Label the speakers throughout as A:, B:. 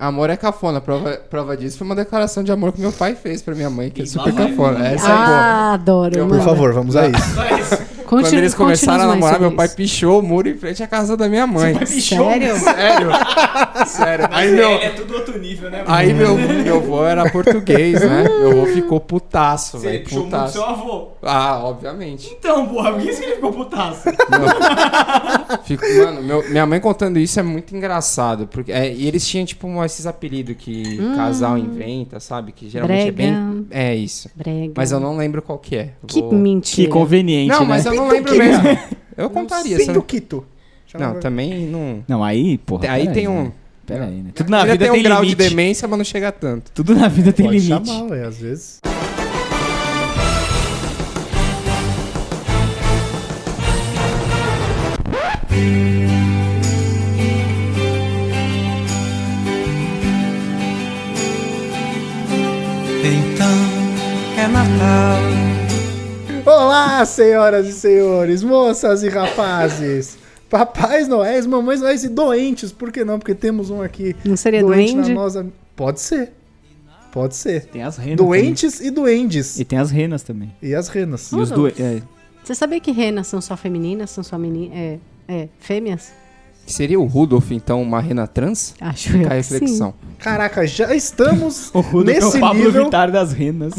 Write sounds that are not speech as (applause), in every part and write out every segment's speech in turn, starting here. A: amor é cafona. Prova, prova disso foi uma declaração de amor que meu pai fez pra minha mãe, que é
B: E
A: super
B: lá vai.
A: cafona. Essa é boa.
C: Ah, adoro.
A: Por
C: mano.
D: Por favor, vamos a isso.
B: Só isso.
C: Conte-
A: Quando eles
C: conte-nos
A: começaram a
C: mais
A: namorar,
C: sobre
A: meu pai
C: isso.
A: pichou o muro em frente à casa da minha mãe.
B: Bichou.
C: Sério?
A: Sério? Sério.
B: Mas
A: Aí
B: ele
A: meu,
B: é tudo outro nível, né? (laughs)
A: aí meu, meu avô era português, né? Meu avô ficou putaço,
B: Você
A: velho.
B: puxou muito seu
A: Putaço.
B: avô.
A: Ah, obviamente.
B: Então, porra, por que isso que ele ficou putaço?
A: Meu- (laughs) Fico- mano, meu- minha mãe contando isso é muito engraçado. Porque, é, e eles tinham, tipo, um- esses apelidos que casal inventa, sabe? Que geralmente é
C: Hum. Brega.
A: bem. É isso.
C: Brega.
A: Mas eu não lembro qual que é.
C: Que
A: Vou-
E: (laughs) Que
C: mentira.
E: conveniente,
A: Não,
E: né?
A: mas eu (laughs) não lembro
D: Pinto
A: mesmo. Eu contaria. se eu-
D: Pinduquito.
A: Não, também não.
E: Não, aí, porra.
A: Aí
E: peraí,
A: tem um.
E: né? Peraí, né? Tudo na
A: Ainda
E: vida
A: tem um
E: tem
A: grau
E: limite.
A: de demência, mas não chega tanto.
E: Tudo na vida tem
D: Pode
E: limite.
D: chamar, ué, às vezes.
F: Então é Natal.
D: Olá, senhoras e senhores, moças e rapazes. Papais Noéis, mamães Noéis e doentes, por que não? Porque temos um aqui
C: Não seria
D: doente
C: duende?
D: na nossa... Pode ser. Pode ser.
E: Tem as renas.
D: Doentes e
E: também.
D: duendes.
E: E tem as renas também.
D: E as renas.
E: E os
C: Todos.
E: dois. É,
C: Você sabia que renas são só femininas? São só meninas? É, é, fêmeas?
A: Seria o Rudolf, então, uma rena trans?
C: Acho eu
A: Fica a
C: que sim.
A: reflexão.
D: Caraca, já estamos
E: (laughs) o Rudo é
D: nesse
E: o Pablo
D: nível.
E: Vittar das renas.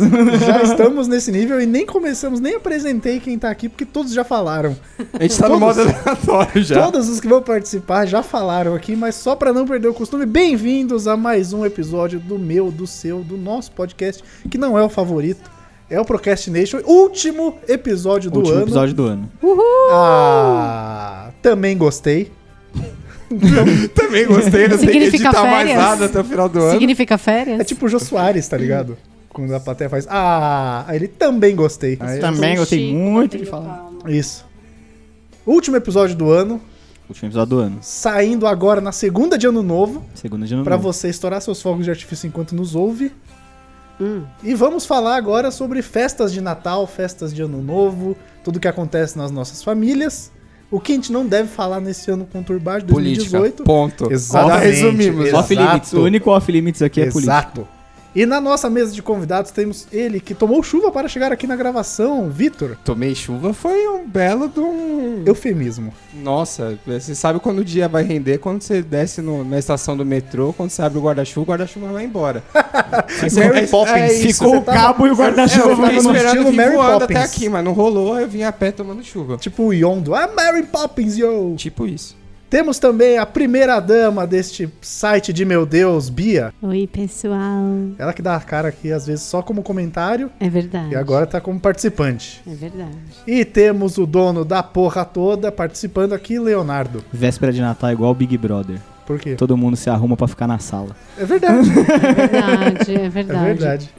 D: Já estamos nesse nível e nem começamos, nem apresentei quem tá aqui, porque todos já falaram.
A: A gente tá no modo (laughs) aleatório já.
D: Todos os que vão participar já falaram aqui, mas só pra não perder o costume, bem-vindos a mais um episódio do meu, do seu, do nosso podcast, que não é o favorito, é o Procrastination, último episódio do
E: Último
D: ano.
E: episódio do ano.
D: Ah, também gostei.
A: Também gostei, não tem que
C: Significa
A: editar mais
C: férias?
A: nada até o final do ano.
C: Significa férias?
D: É tipo o Jô Soares, tá ligado? Quando a plateia faz, ah, aí ele também gostei. Aí-
E: também gostei
C: Chico,
E: muito de
C: tenho
E: falar.
C: calma.
D: Isso. Último episódio do ano,
E: Último episódio do ano.
D: saindo agora na segunda de ano novo.
E: Segunda de ano.
D: Pra
E: novo.
D: você estourar seus fogos de artifício enquanto nos ouve.
C: Hum.
D: E vamos falar agora sobre festas de Natal, festas de Ano Novo, tudo que acontece nas nossas famílias. O que a gente não deve falar nesse ano conturbado de
A: Política.
D: 2018.
A: Ponto.
D: Exatamente.
A: Agora resumimos.
D: Exato.
E: Off limits. O único off limits aqui é política.
D: Exato. E na nossa mesa de convidados temos ele que tomou chuva para chegar aqui na gravação, Vitor.
A: Tomei chuva foi um belo de um.
D: Eufemismo.
A: Nossa, você sabe quando o dia vai render, quando você desce no- na estação do metrô, quando você abre o guarda-chuva, o guarda-chuva vai embora. Mas é-
D: Harry Poppins.
A: é isso,
E: Ficou
A: você
E: o
A: tá-
E: cabo e o
A: É,
E: guarda-chuva.
A: eu fiquei
D: tava no
A: esperando
D: estilo
A: vir
D: Mary
A: voando
D: Poppins.
A: até aqui, mas não rolou, eu vim a pé tomando chuva.
D: Tipo o Yondo. Ah, Mary Poppins, yo!
A: Tipo isso.
D: Temos também a primeira dama deste site de meu Deus, Bia.
A: tipo-
C: Oi, pessoal.
D: Ela que dá a cara aqui, às vezes, só como comentário
C: É verdade.
D: e agora tá como participante.
C: É verdade.
D: E temos o dono da porra toda participando aqui, Leonardo.
E: Véspera de Natal é igual Big Brother.
D: Por quê?
E: Todo mundo se arruma pra ficar na sala.
D: É verdade,
C: É verdade,
A: (laughs)
C: é
D: é
C: verdade.
D: verdade.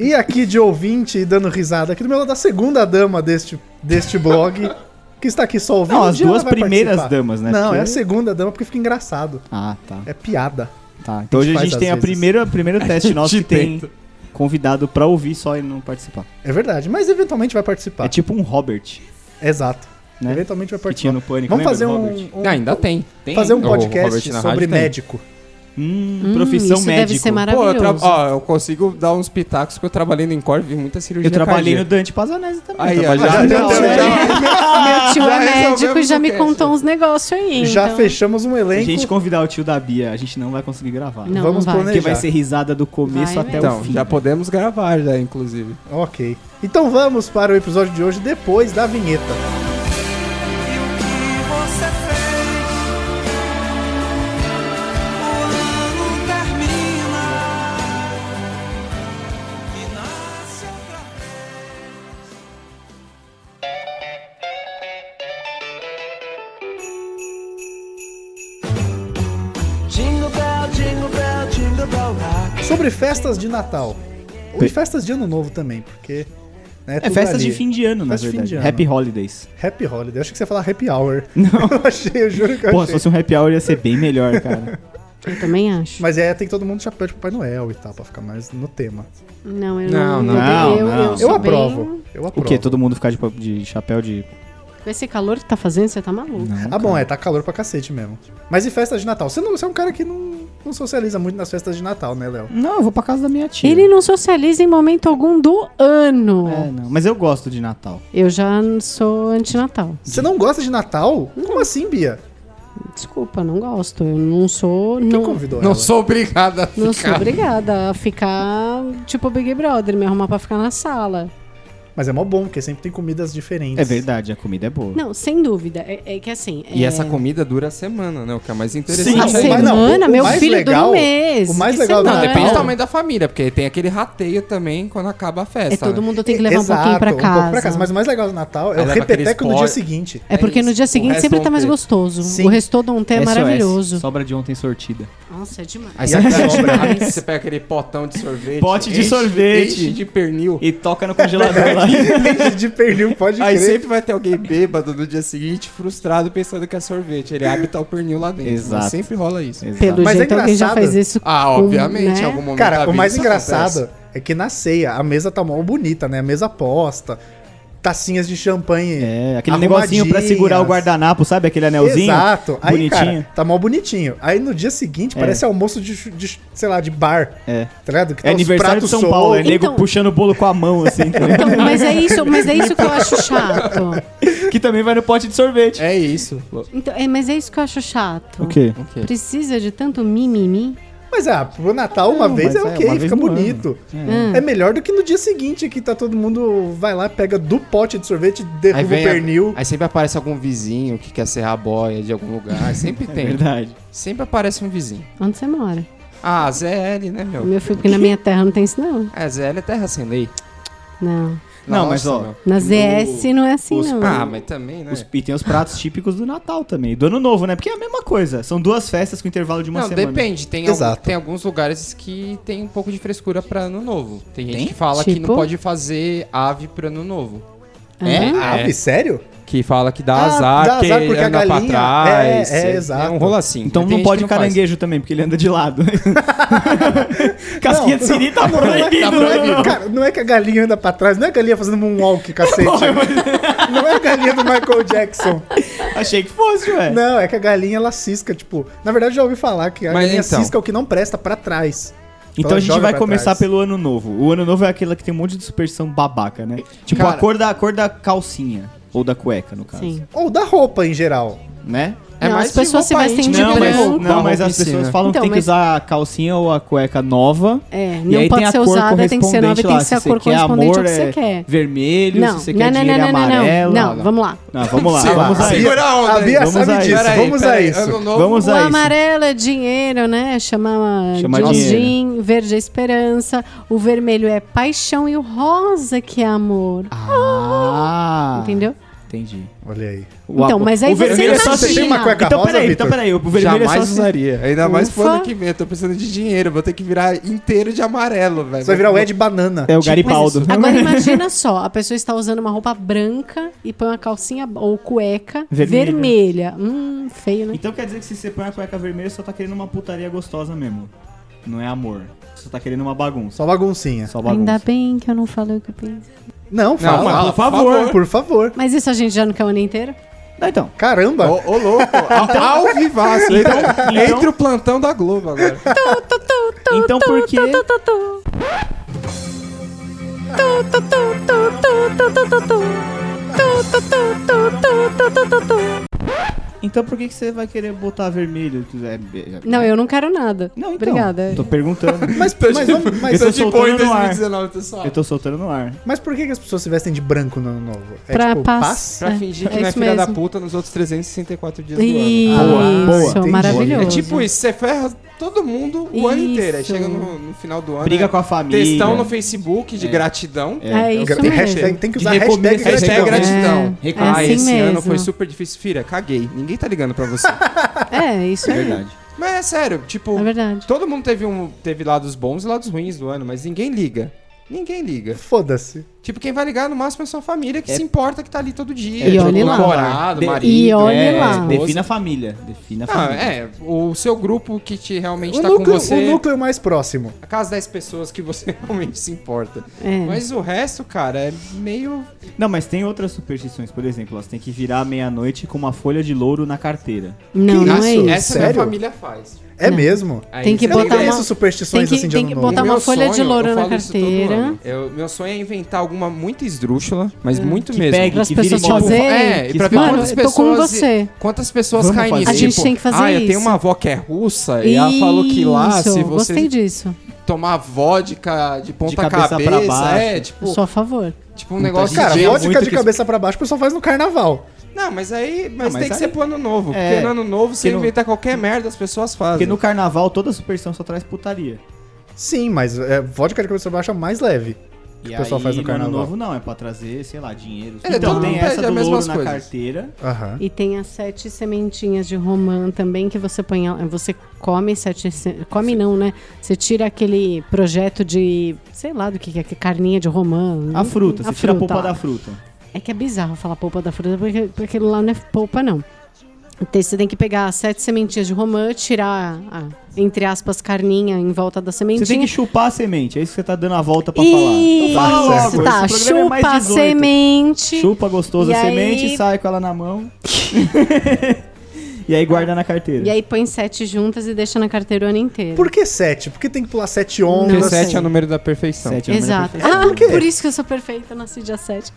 D: E aqui de ouvinte e dando risada, aqui do meu lado, a segunda dama deste, deste blog, que está aqui só ouvindo.
E: Não,
D: um
E: as
D: dia ela
E: duas
D: vai
E: primeiras
D: participar.
E: damas, né?
D: Não,
E: Porque-
D: é a segunda dama porque fica engraçado.
E: Ah, tá.
D: É piada.
E: Tá, então hoje a
D: faz
E: gente
D: às
E: tem a
D: vezes.
E: primeira, a
D: (laughs)
E: primeira teste nosso que
A: gente
E: tem convidado pra ouvir só e não participar.
D: É verdade, mas eventualmente vai participar.
E: É tipo um Robert,
D: Exato.
E: né?
D: Eventualmente vai
E: Que tinha
D: participar.
E: no Pânico,
D: Vamos
E: lembra
D: fazer
E: do
D: um,
E: Robert?
D: um-
A: Ah, ainda tem.
E: Tem?
D: fazer um
A: O Robert
D: podcast
A: na
D: sobre
A: rádio tem.
D: médico.
E: Hum,
C: Hum,
E: profissão
C: isso
E: médico.
C: deve ser
A: Pô, eu, tra-
C: maravilhoso.
A: ó, eu consigo dar uns pitacos porque eu trabalhei no Encore, vi muita cirurgia
E: Eu trabalhei no
A: cardíaca.
E: Dante Pazanese também.
A: Aí, ó,
E: trabalhei
A: já,
E: no
A: já,
E: Dante.
A: já- (laughs)
C: Meu tio
A: Já
C: é médico e
A: resolvemos
C: já
A: o
C: me
A: cast.
C: contou uns negócios aí.
D: Já
C: então.
D: fechamos um
E: Se a
D: elenco.
E: gente convidar o tio da Bia, a gente não vai conseguir gravar.
C: Não,
D: Vamos
C: não vai.
D: planejar.
E: Porque vai ser risada do começo
C: Vai né?
E: até o
A: Então,
E: fim.
A: já podemos gravar já, inclusive.
D: Ok. Então vamos para o episódio de hoje depois da vinheta.
F: E o que você fez? O ano termina e nasce outra vez. Jingle bell, jingle bell, jingle bell rock.
D: Sobre festas de Natal. E
E: Pe-
D: festas de Ano Novo também, porque. né,
E: É
D: tudo
E: festas
D: ali.
E: de fim de ano, na
D: Festa de fim
E: verdade.
D: de ano.
E: Happy Holidays.
D: Happy Holiday. Eu achei que você ia falar Happy Hour. (laughs)
E: (laughs)
D: Não. eu achei, eu juro que eu
E: Pô, se
D: achei.
E: fosse um happy hour ia ser bem melhor, (laughs) cara.
C: Eu também acho.
D: Mas é, tem todo mundo de chapéu de Papai Noel e tal, pra ficar mais no tema.
C: Não, eu
A: Não,
C: não.
A: não,
C: eu- eu,
E: não.
C: eu
E: Eu
D: Eu
C: sou bem-
D: aprovo. Eu
E: o
D: aprovo.
E: quê? Todo mundo ficar de, pa- de tipo, chapéu de
C: Com esse calor que tá fazendo, você tá maluco.
E: Não,
D: Ah, bom,
E: cara.
D: é, tá calor pra cacete mesmo. Mas e festa de Natal? Você, não, você é um cara que não, não socializa muito nas festas de Natal, né, Léo?
E: Não, eu vou pra casa da minha tia.
C: Ele não socializa em momento algum do ano.
E: É, não. Mas eu gosto de Natal.
C: Eu já sou antinatal.
D: Você não gosta de Natal? Como assim, Bia?
C: Desculpa, não gosto. Eu não sou.
D: Quem
C: Não,
D: convidou
A: Não
D: ela?
A: sou obrigada a
C: não sou
A: ficar.
C: obrigada a ficar tipo Big Brother, me arrumar pra ficar na sala.
D: Mas é mó bom, porque sempre tem comidas diferentes.
E: É verdade, a comida é boa.
C: Não, sem dúvida. É, é que assim.
A: E
C: é-
A: essa comida dura a semana, né? O que é mais
C: A
A: interessante.
D: Sim,
A: ainda.
D: mas não,
C: semana,
D: o
C: meu
D: mais
C: filho dura
D: legal-
C: um mês.
D: o mais
C: Que
D: legal do
C: semana?
D: Natal-
A: Depende do tamanho da família, porque tem aquele rateio também quando acaba a festa.
C: É todo
A: né?
C: mundo tem que levar um pouquinho pra
D: um
C: casa.
D: pouco pra casa. Mas o mais legal do Natal é
A: Aí
D: o
A: leva
D: repeteco
A: aqueles
D: no
A: pó-
D: dia seguinte. (laughs)
C: É porque no
A: isso.
C: dia
A: O
C: seguinte
A: resto
C: sempre
A: vão
C: tá mais
A: ter.
C: gostoso.
D: Sim.
C: O restodontê é
E: SOS,
C: maravilhoso.
E: Sobra de ontem sortida.
C: Nossa, é demais.
A: Aí
D: E
A: você
D: a
A: pega,
D: cobra?
A: aí você pega aquele potão de sorvete.
E: Pote de sorvete.
A: Enche de pernil.
E: E toca (laughs) no congelador lá.
D: de pernil, pode
A: Aí
D: crer.
A: sempre vai ter alguém bêbado no dia seguinte, frustrado, pensando que é sorvete. Ele abre e tá o pernil lá dentro.
E: Exato.
A: Mas Sempre rola isso.
C: Pelo
D: Mas é
C: jeito, alguém já
D: engraçado.
C: faz isso.
A: Ah,
C: com-
A: obviamente, em
C: né?
A: algum momento. da
E: tá
D: Cara, o
A: vida
D: mais
A: isso
D: engraçado
A: acontece.
D: é que na ceia a mesa tá mó bonita, né? A mesa posta, tacinhas de champanhe.
E: É, aquele negocinho pra segurar o
D: arrumadinhas.
E: guardanapo, sabe? Aquele anelzinho.
D: Exato. Aí,
E: Bonitinho.
D: cara, tá mó bonitinho. Aí no dia seguinte,
E: É.
D: parece almoço de, chu- de chu- sei lá, de bar.
E: É.
D: Tá ligado? Que
E: É
D: tá os
E: aniversário de
D: pratos
E: São Paulo, é
D: soltos.
E: nego
C: Então-
E: puxando o bolo com a mão, assim, entendeu? (laughs)
C: Então, mas é isso, mas é isso que eu acho chato.
E: que também vai no pote de sorvete.
A: É isso.
C: Então, é, mas é isso que eu acho chato.
E: O quê?
A: Ok.
C: Precisa de tanto mimimi?
D: Mas ah, pro Natal uma
E: Não,
D: vez é
E: mas é,
D: ok,
E: uma vez
D: fica
E: no
D: bonito.
C: Hum.
D: É melhor do que no dia seguinte, que tá todo mundo vai lá, pega do pote de sorvete, derruba
A: Aí,
D: o
A: vem a-
D: pernil.
A: aí sempre aparece algum vizinho que quer serrar a boia de algum lugar. (laughs) Sempre
E: É
A: tem.
E: verdade.
A: sempre aparece um vizinho.
C: Onde você mora?
A: Ah, ZL, né, meu?
C: Meu filho, porque na minha terra não tem isso, não.
A: É, ZL é terra sem lei.
C: Não.
E: Não, mas, ó,
A: meu.
C: Na ZS não é assim,
E: os-
D: Hum.
C: não.
A: Ah, mas também, né?
E: Os- e tem os pratos típicos do Natal também. Do Ano Novo, né? Porque é a mesma coisa. São duas festas com intervalo de uma
A: não,
E: semana.
A: depende. Tem,
D: Exato.
A: algum- tem alguns lugares que tem um pouco de frescura pra ano novo. Tem gente
E: Tem?
A: que fala que
C: Tipo?
A: não pode fazer ave pra ano novo.
E: É?
C: Hã?
D: Ave, sério?
A: Que fala que dá
D: Ah,
A: azar,
D: dá
A: porque,
D: azar porque a
A: anda pra
D: galinha-
A: trás.
D: é, é, exato.
A: um rolo assim.
E: Então
A: Tem
E: não
A: gente
E: pode
A: que faz.
E: caranguejo também, porque ele anda de lado. Casquinha de siri tá proibido. né?
D: Não é, que- cara, não é que a galinha anda pra trás, não é a galinha fazendo moonwalk, cacete. não é a galinha do Michael Jackson.
E: (laughs) Achei que fosse, ué.
D: (laughs) Não, é que a galinha ela cisca, tipo. Na verdade, eu já ouvi falar que a
A: Mas
D: galinha
A: então.
D: cisca é o que não presta pra trás.
E: Então
D: Ela
E: a gente
D: joga
E: vai
D: pra
E: começar
D: trás.
E: pelo ano novo. O ano novo é aquela que tem um monte de dispersão babaca, né? Tipo, a,
A: Cara-
E: cor da, a cor da calcinha. Ou da cueca, no caso.
C: Sim.
D: Ou da roupa em geral.
E: Né?
A: É
C: Não,
A: mais
C: as pessoas
A: de roupa
C: se
A: íntima,
C: vestem de
E: Não,
A: né?
E: mas,
C: branco.
E: não, mas
A: Roupa
E: as pessoas
A: piscina.
E: falam
C: Então,
E: que tem
C: mas-
E: que usar a calcinha ou a cueca nova.
C: É,
E: E aí
C: não
E: tem
C: pode
E: a
C: ser
E: cor
C: usada, tem que ser nova e
E: correspondente
C: tem que ser a
E: lá. Se
C: cor
E: você quer
C: correspondente ao
E: amor,
C: que você
E: é
C: quer.
E: Vermelho,
C: Não,
E: se você
C: não,
E: quer
C: não,
E: dinheiro é
C: não, não, não,
E: amarelo.
C: não, vamos lá.
E: Não, vamos lá,
A: Sei lá,
E: vamos
D: a
E: aí.
A: Segura a onda
D: A
A: aí.
D: Bia
E: Vamos
D: sabe
E: aí.
D: disso,
A: Pera aí,
D: vamos
A: pera
D: a
A: aí.
D: isso.
A: Ano novo,
E: Vamos
C: o
E: a isso.
C: amarelo é dinheiro, né? Chama,
E: Chama
C: de
E: dinheiro.
C: gin, verde é esperança. O vermelho é paixão e o rosa que é amor.
E: Ah,
C: Entendeu?
E: Entendi.
D: Olha aí.
E: O
C: Então,
E: amor-
C: mas aí
E: o
C: você
E: vermelho é só
C: imagina.
E: se-
C: Você tem uma
D: cueca
E: então,
D: rosa,
E: peraí,
D: Vitor?
E: então peraí, o vermelho é
A: Jamais
E: só se-
A: usaria. Ainda mais pro
C: Ufa.
A: ano que vem. Eu tô precisando de dinheiro. Vou ter que virar inteiro de amarelo, velho.
D: Você vai virar o Ed Banana.
E: É o
C: Mas
E: Garipaldo. (laughs)
C: isso- agora imagina só, a pessoa está usando uma roupa branca e põe uma calcinha ou cueca
E: Vermelha.
C: vermelha. Hum, feio, né?
E: Então quer dizer que se você põe a cueca vermelha, você só tá querendo uma putaria gostosa mesmo. Não é amor. Você tá querendo uma bagunça. É
D: Só baguncinha.
E: Só
C: Ainda
E: bagunça.
C: bem que eu não falei o que eu pensei.
D: Não,
A: fala,
D: fala. por favor. Por favor.
C: Mas isso a gente já não quer o ano inteiro?
E: Ah, então.
D: Caramba.
A: Ô, ô,
E: (laughs)
A: louco. Ao ao vivaço. Então,
E: então-
A: Entre o plantão da Globo agora. (laughs)
E: Então por que... Então por que que você vai querer botar vermelho? É- é-
C: Não, eu não quero nada.
E: Não, então.
C: Obrigada.
E: Tô perguntando.
D: Mas, mas, vamos- mas-
E: eu tô soltando é no ar.
A: pessoal.
E: Eu tô soltando no ar.
D: mas por que, que as pessoas se vestem de branco no ano novo? É
C: Pra paz.
A: Pra
C: É,
A: fingir que
C: é
A: não é
C: isso
A: filha da
C: mesmo.
A: puta nos outros 364 dias do ano.
C: Isso,
E: Boa, boa,
D: entendi.
C: maravilhoso.
A: É tipo isso, você ferra todo mundo o ano
C: Isso.
A: inteiro. Aí chega no, no final do ano.
E: Briga
A: é
E: com a família.
A: Textão no Facebook de gratidão.
C: É, isso
D: Tem, hashtag,
C: mesmo.
D: tem que usar
E: De
D: hashtag
E: recomeçar.
A: Hashtag
D: gratidão.
E: Hashtag
A: gratidão.
C: É, é
A: ah,
C: assim
A: esse ano
C: mesmo.
A: foi super difícil. Fira, caguei. Ninguém tá ligando pra
C: (laughs)
A: você.
C: É, isso
E: É
C: aí.
E: verdade.
A: Mas é sério, tipo,
C: É verdade.
A: todo mundo teve, um, teve lados bons e lados ruins do ano, mas ninguém liga. Ninguém
C: É.
A: liga.
D: Foda-se.
A: Tipo, quem vai ligar no máximo é sua família, que
E: É.
A: se importa que tá ali todo dia.
C: E
A: Tipo,
C: olhe lá.
A: Namorado,
E: De-
A: marido.
C: E olhe
A: é,
C: lá.
A: esposa.
E: Defina a família. Defina a
A: Ah,
E: família.
A: é, o seu grupo que te realmente
D: O
A: tá
D: núcleo,
A: com você.
D: o núcleo mais próximo.
A: Aquelas 10 pessoas que você (laughs) realmente se importa.
C: É.
A: Mas o resto, cara, é meio.
E: Não, mas tem outras superstições. Por exemplo, elas têm que virar à meia-noite com uma folha de louro na carteira.
C: Não, não é
A: Nossa,
C: isso.
A: Essa minha
D: Sério?
A: família faz.
D: É
C: Não.
D: mesmo?
A: Aí
C: Tem que
A: você
D: Eu não
C: botar
D: conheço
C: uma- tem
D: superstições
C: que-
D: assim de
C: tem
D: ano
C: que
D: novo.
A: O
C: botar-
A: meu
C: uma folha de louro
A: eu
C: na
A: falo isso todo
C: carteira.
A: ano. Eu- meu sonho é inventar alguma muito esdrúxula, mas
C: Ah.
A: muito
E: que
A: mesmo.
E: pegue,
C: Para as
E: que vire
C: pessoas
E: moda.
C: fazerem.
A: É, e
E: que
A: pra ver
E: espalhe.
C: Mano,
A: quantas
C: eu tô com
A: pessoas.
C: você.
A: Quantas pessoas
E: Vamos
A: caem nisso?
E: fazer. A
C: gente
A: tipo,
C: tem que fazer
A: ah, eu
C: isso."
A: tenho uma avó que é russa e ela falou que lá,
C: Isso,
A: se você
C: Gostei disso.
A: tomar vodka de ponta
E: cabeça
A: cabeça,
E: pra baixo.
A: é,
C: Eu
A: tipo,
C: sou a favor.
A: tipo um negócio
D: Cara,
A: de-
E: Tinha
D: vodka
E: muito
D: de
E: que-
D: cabeça pra baixo o pessoal faz no carnaval.
A: Não, mas aí mas
E: Ah, mas
A: tem que
E: aí-
A: ser pro ano novo.
E: É.
A: porque no ano novo, se
E: Porque no-
A: inventar qualquer merda, as pessoas
E: Porque
A: fazem.
E: no carnaval toda superstição só traz putaria.
D: Sim, mas é, vodka de cabeça pra baixo é mais leve.
E: E
D: o pessoal
E: aí,
D: faz no
E: ano
D: carnaval.
E: novo não, é pra trazer, sei lá, dinheiro.
A: É, todo
E: então tem
A: mundo pede
E: essa
A: as
E: do
A: mesmas
E: louro na
A: coisas.
E: carteira.
D: Aham.
C: E tem as sete sementinhas de romã também que você põe, ela- você come sete, se- come não, né? Você tira aquele projeto de, sei lá do que que é, que carninha de romã.
E: A fruta, você tira a polpa
C: lá.
E: da fruta.
C: É que é bizarro falar polpa da fruta, porque, porque aquilo lá não é polpa, não. Então, você tem que pegar as sete sementinhas de romã, tirar, a, entre aspas, carninha em volta da sementinha.
E: Você tem que chupar a semente, é isso que você tá dando a volta pra falar.
C: Isso,
E: Então fala logo, esse
C: tá.
E: programa é mais
C: Chupa a
E: 18.
C: semente.
E: Chupa gostoso
C: E
E: a semente,
C: aí-
E: sai com ela na mão. (laughs) e aí guarda na carteira.
C: E aí põe sete juntas e deixa na carteira o ano inteiro.
D: Por que sete? Por que tem que pular
A: Porque
D: sete
C: Não assim,
D: ondas?
C: sei.
A: sete é o número da perfeição.
E: Sete é a melhor
C: Exato.
E: perfeição.
C: Ah,
D: Por quê?
C: por isso que eu sou perfeita, eu nasci dia 7.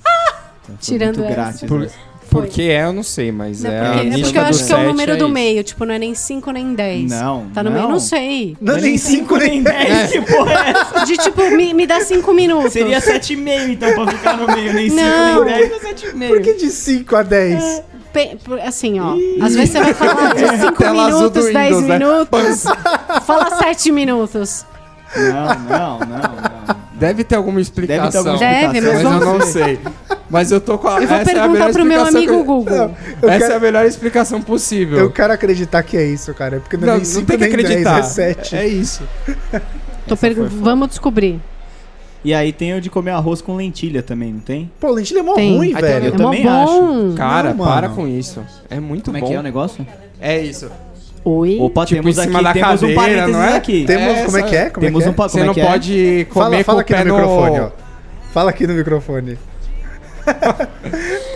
E: Foi
C: tirando
E: muito
C: essa.
E: grátis,
A: Por-
E: né?
C: Foi.
A: Porque é, eu não sei, mas
C: Não,
A: é
C: porque-
A: a
C: é porque
A: mística
C: eu
A: do
C: acho que é o
A: sete
C: número
A: é
C: do
A: isso.
C: meio, tipo, não é nem 5 nem 10.
E: Não,
C: Tá no meio,
E: não.
C: não sei.
D: Não, nem cinco, nem
E: dez, que porra é
C: (laughs)
E: essa?
C: De tipo, me, me dá 5 minutos.
E: Seria 7,5 então pra ficar no meio, nem 5,
C: Não.
E: nem 10, é 7,5.
D: Por que de 5 a 10?
A: É.
C: Pe- por- Assim, ó. Às vezes você vai falar de 5
A: Tela azul do
C: minutos, 10
A: Windows, né?
C: minutos. Fala 7 minutos.
E: Não, não, não, não.
A: Deve ter alguma explicação.
E: Deve ter alguma
C: Deve,
E: explicação.
A: Mas
C: mas
A: eu
C: vamos
A: não sei. Mas eu tô com a.
C: Eu vou
A: essa é a melhor
C: perguntar pro meu
A: explicação que
C: amigo
A: eu-
C: Google.
D: Eu
A: Essa é
D: quero,
A: a melhor explicação possível.
D: eu quero acreditar que é isso, cara. Porque não,
A: Não,
D: é
A: não
D: nem 5
A: tem que
D: nem 10,
A: acreditar.
D: é 7.
A: É isso.
C: Tô pergun- Vamos descobrir.
E: E aí tem o de comer arroz com lentilha também, não tem?
D: Pô, lentilha é mó
C: Tem.
D: ruim,
A: Aí tem um
D: velho.
E: Eu
C: é mó
E: também
C: bom.
A: Cara,
D: mano.
A: para com isso. É muito
E: Como é
A: bom.
E: que é o negócio?
A: É isso.
C: Oi.
E: Opa,
A: Tipo,
E: temos
A: em
E: aqui,
A: cima da
E: temos um
A: cadeira,
E: parênteses
A: não é? Tem-
E: aqui.
D: Temos,
A: É,
D: como é
A: só-
D: que é? Como
E: temos
D: é que
E: um pa-
A: Você
E: como é
A: não
E: que é?
A: pode
D: é?
A: comer
D: Fala, fala
A: com
D: aqui
A: o pé
D: no
A: no...
D: microfone, ó. Fala aqui no microfone.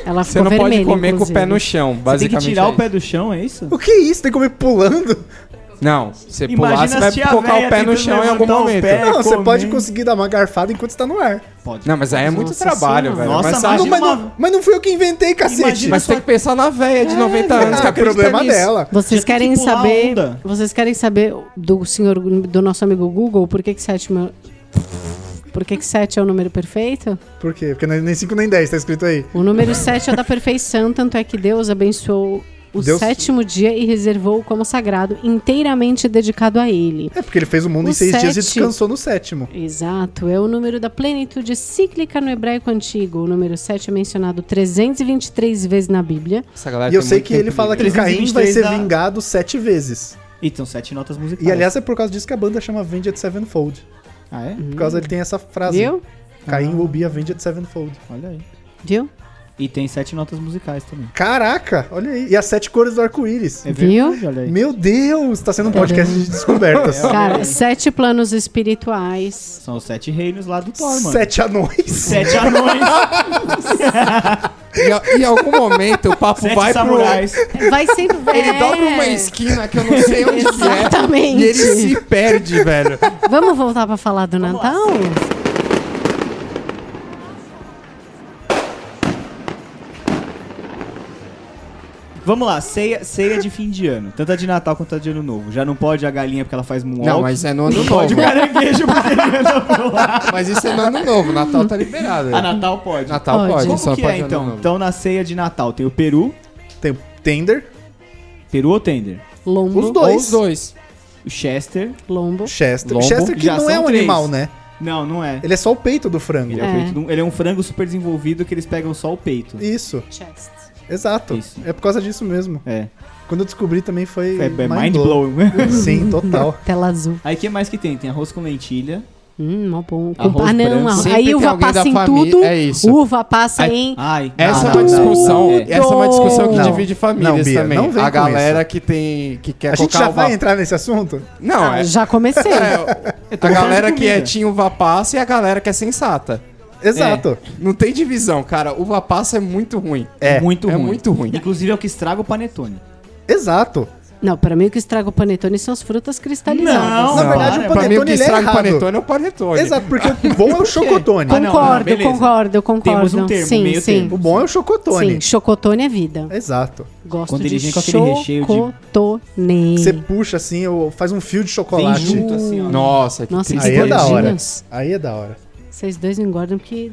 C: Ela
A: Você
C: ficou
A: não
C: vermelha,
A: pode comer com o pé
C: inclusive.
A: no chão,
E: Você tem
A: basicamente.
E: que tirar
A: é
E: o pé do chão, é isso?
D: O que é isso? Tem que comer pulando?
A: isso. Não, você pular, você vai
E: se a
A: colocar o
E: véia
A: pé no
E: tentando
A: chão em algum
E: levantar o
A: momento.
E: pé,
D: não, você
E: comer.
D: pode conseguir dar uma garfada enquanto está no ar.
E: Pode.
A: Não, mas aí é muito
C: Nossa
A: trabalho,
C: Senhora.
A: velho.
E: Nossa,
A: mas, sabe-
D: Não, mas,
E: uma-
D: não, mas não fui eu que inventei, cacete.
E: Imagina
A: mas
E: só-
A: tem que pensar na véia
E: É,
A: de 90 anos, que é
D: Ah,
A: acredita
D: problema
A: nisso.
D: dela.
C: Vocês
E: Já tem
C: querem
E: que pular a
C: saber?
E: onda.
C: Vocês querem saber do senhor, do nosso amigo Google, por que que sete meu- por que que 7 é o número perfeito?
D: Por quê? Porque não é nem 5 nem 10, tá escrito aí.
C: O número 7 é o da perfeição, tanto é que Deus abençoou o
D: Deus-
C: sétimo dia e reservou como sagrado, inteiramente dedicado a ele.
D: É porque ele fez o mundo
C: O
D: em 6 dias e
C: sete.
D: descansou no sétimo.
C: Exato, é o número da plenitude cíclica no hebraico antigo. O número 7 é mencionado 323 vezes na Bíblia.
A: Essa
E: Ah,
A: galera
D: E eu
A: tem
D: sei
A: muito
D: que ele
A: tempo
D: fala
A: livre.
D: que Caim vai
E: 323
D: ser
E: da-
D: vingado sete vezes.
E: E são sete notas musicais.
D: E aliás, é por causa disso que a banda chama Avenged Sevenfold.
E: Ah, é?
A: Uhum.
D: Por causa ele tem essa frase.
C: Viu?
D: Caim will be Avenged Sevenfold.
E: Olha aí.
C: Viu?
E: E tem sete notas musicais também.
D: Caraca, olha aí. E as sete cores do arco-íris.
E: É
C: Viu?
E: verdade, olha aí.
D: Meu Deus, tá sendo um podcast de descobertas. (laughs)
C: Cara, sete planos espirituais.
E: São os sete reinos lá do Thor, mano. É.
D: Sete anões.
A: (laughs)
E: Sete anões,
A: E, em algum momento o papo
E: sete
A: vai pro...
E: samurais.
C: Vai sempre
A: Ele
C: é.
A: dobra uma esquina que eu não sei onde que é.
C: Exatamente.
A: E ele se perde, velho.
C: Vamos voltar pra falar do Natal?
E: Vamos lá, ceia, ceia de fim de ano. Tanto a de Natal quanto a de Ano Novo. Já não pode a galinha porque ela faz moonwalk.
A: Não, mas é no ano
E: Pode
A: novo.
E: o caranguejo porque ele é anda pro
A: (laughs)
E: lado.
A: Mas isso é no ano novo. Natal tá liberado.
E: A Ah, Natal pode.
A: Natal
C: Pode.
A: pode.
E: Como
A: só
E: que
A: pode
E: é,
A: ano
E: então?
A: novo.
E: Então, na ceia de Natal tem o peru.
D: Tem o Tender,
E: Peru ou tender?
C: Lombo.
D: Os
A: Ou
D: dois.
A: os dois.
E: O chester.
C: Lombo.
D: Chester.
E: Lombo.
D: Chester que
E: Já
D: não é
E: são
D: um
E: três.
D: animal, né?
E: Não, não é.
D: Ele é só o peito do frango.
E: Ele é, um- o
C: É.
E: peito de um- ele é um frango super desenvolvido que eles pegam só o peito.
D: Isso,
C: Chest.
D: exato.
E: Isso.
D: É por causa disso mesmo.
E: É.
D: Quando eu descobri também foi
E: É, é
D: mind
E: mind blowing. né?
D: (laughs) Sim, total.
C: Tela azul.
E: Aí o que mais que tem? Tem arroz com lentilha,
C: Hum, mó bom. Com-
E: Arroz
C: ah, não,
E: branco.
C: arroz-
A: Sempre
C: aí
A: que
C: uva
A: alguém da
C: passa em
A: família-
C: tudo.
A: é isso.
C: Uva passa
A: Aí-
C: em.
E: Ai,
A: Essa é
E: não,
A: uma
E: não, não.
A: discussão,
E: É.
A: essa é uma discussão que
D: Não.
A: divide famílias
D: Não, Bia,
A: também.
D: não vem
A: a
D: com
A: galera que tem que quer
D: A gente
A: colocar
D: já
A: uva
D: vai entrar nesse assunto?
A: Não,
C: Ah,
A: é,
C: Já comecei.
A: é,
E: tô
A: a
E: falando
A: galera
E: de
A: que é
E: comida.
A: tinha uva passa e a galera que é sensata.
D: Exato.
A: Não tem divisão, cara. Uva passa é muito ruim.
D: É.
E: Muito
A: é
E: ruim.
A: muito ruim.
E: Inclusive é o que estraga o panetone.
D: Exato.
C: Não, pra mim o que estraga o panetone são as frutas cristalizadas.
E: Não,
D: Na verdade, o
A: pra mim, o
D: panetone
A: que
D: ele é
A: estraga o
D: errado.
A: panetone é o panetone.
D: Exato, porque o bom é o chocotone.
E: Ah, não, não,
C: Concordo,
E: beleza.
C: concordo, concordo.
E: Temos um termo,
C: sim,
E: meio
C: sim.
E: termo.
D: O bom é o
C: Sim,
D: chocotone.
C: chocotone é vida.
D: Exato.
C: Gosto
E: Quando
C: de
E: eles vêm com aquele recheio de-
C: chocotone.
D: Você puxa assim, ou faz um fio de
A: Tá
D: chocolate.
E: Vem junto assim, ó.
A: Nossa, que
C: Nossa,
A: triste.
D: Aí é da hora.
C: gordinhos.
D: Aí é da hora.
C: Vocês dois não engordam porque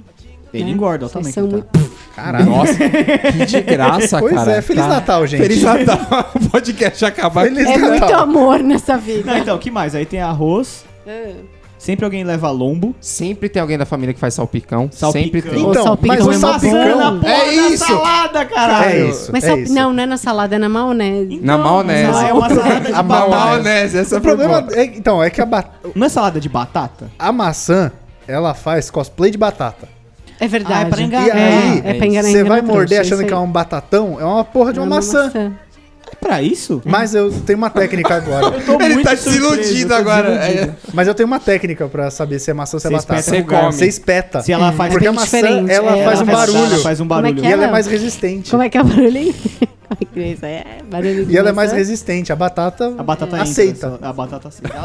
E: Ele
C: Né?
E: engorda, olha o tamanho
C: vocês
E: que
C: são
E: ele
C: muito...
E: tá.
D: Caralho.
A: Nossa,
D: (laughs)
A: que de graça,
D: Pois
A: cara.
D: é, Feliz
A: Tá.
D: Natal, gente.
A: Feliz Natal. (laughs) O podcast acabar.
D: Feliz
C: É muito
D: Natal.
C: amor nessa vida. É.
E: Não, então, o que mais? Aí tem arroz, sempre alguém leva lombo.
A: Sempre tem alguém da família que faz salpicão.
E: Salpicão.
A: Sempre tem.
C: Ô,
D: Então,
C: salpicão
D: mas o
C: é uma
D: salpicão-
C: boa.
E: na porra
A: É
E: da
A: isso.
E: salada, caralho.
D: É isso.
C: Mas
D: é
C: sal-
D: isso.
C: não, não é na salada, é na maionese.
A: Na maionese.
E: Não, é
A: (laughs)
E: uma salada de
A: A ma-
E: batata.
A: maionese, essa foi
D: O problema
A: boa.
D: é, então, é que a, ba-
E: Não é salada de batata?
D: a maçã, ela faz cosplay de batata.
C: É verdade.
E: Ah, é pra enganar.
D: E aí,
A: é
C: pra enganar-
D: você
C: enganar
D: vai
C: trouxa,
D: morder
C: isso
D: achando que é
C: aí.
D: um batatão, é uma porra de uma,
C: É
D: maçã.
E: É pra isso?
D: Mas eu tenho uma técnica agora.
E: Eu tô
A: Ele
E: é muito
A: tá
E: surpreso, eu
A: desiludido
E: tô
A: agora.
E: desiludido.
A: É.
D: Mas eu tenho uma técnica pra saber se é maçã ou se é
E: Você
D: batata.
E: espeta
A: Você
E: no lugar.
A: come.
D: Você
A: É.
D: espeta.
E: Se ela faz...
D: Porque a
C: bem
D: maçã,
C: diferente,
D: ela
C: é,
D: faz um
C: ela faz-
D: barulho.
E: Ela faz um
C: Como é
E: barulho.
C: que
D: E ela é
C: Ela-
D: mais resistente.
C: Como é que é o barulhinho? (laughs) Como é que é isso? É, barulho de
D: E ela é mais
C: maçã.
D: resistente. A batata,
A: é
E: A batata entra,
D: aceita.
E: essa- A
A: (laughs)
E: batata aceita. (laughs)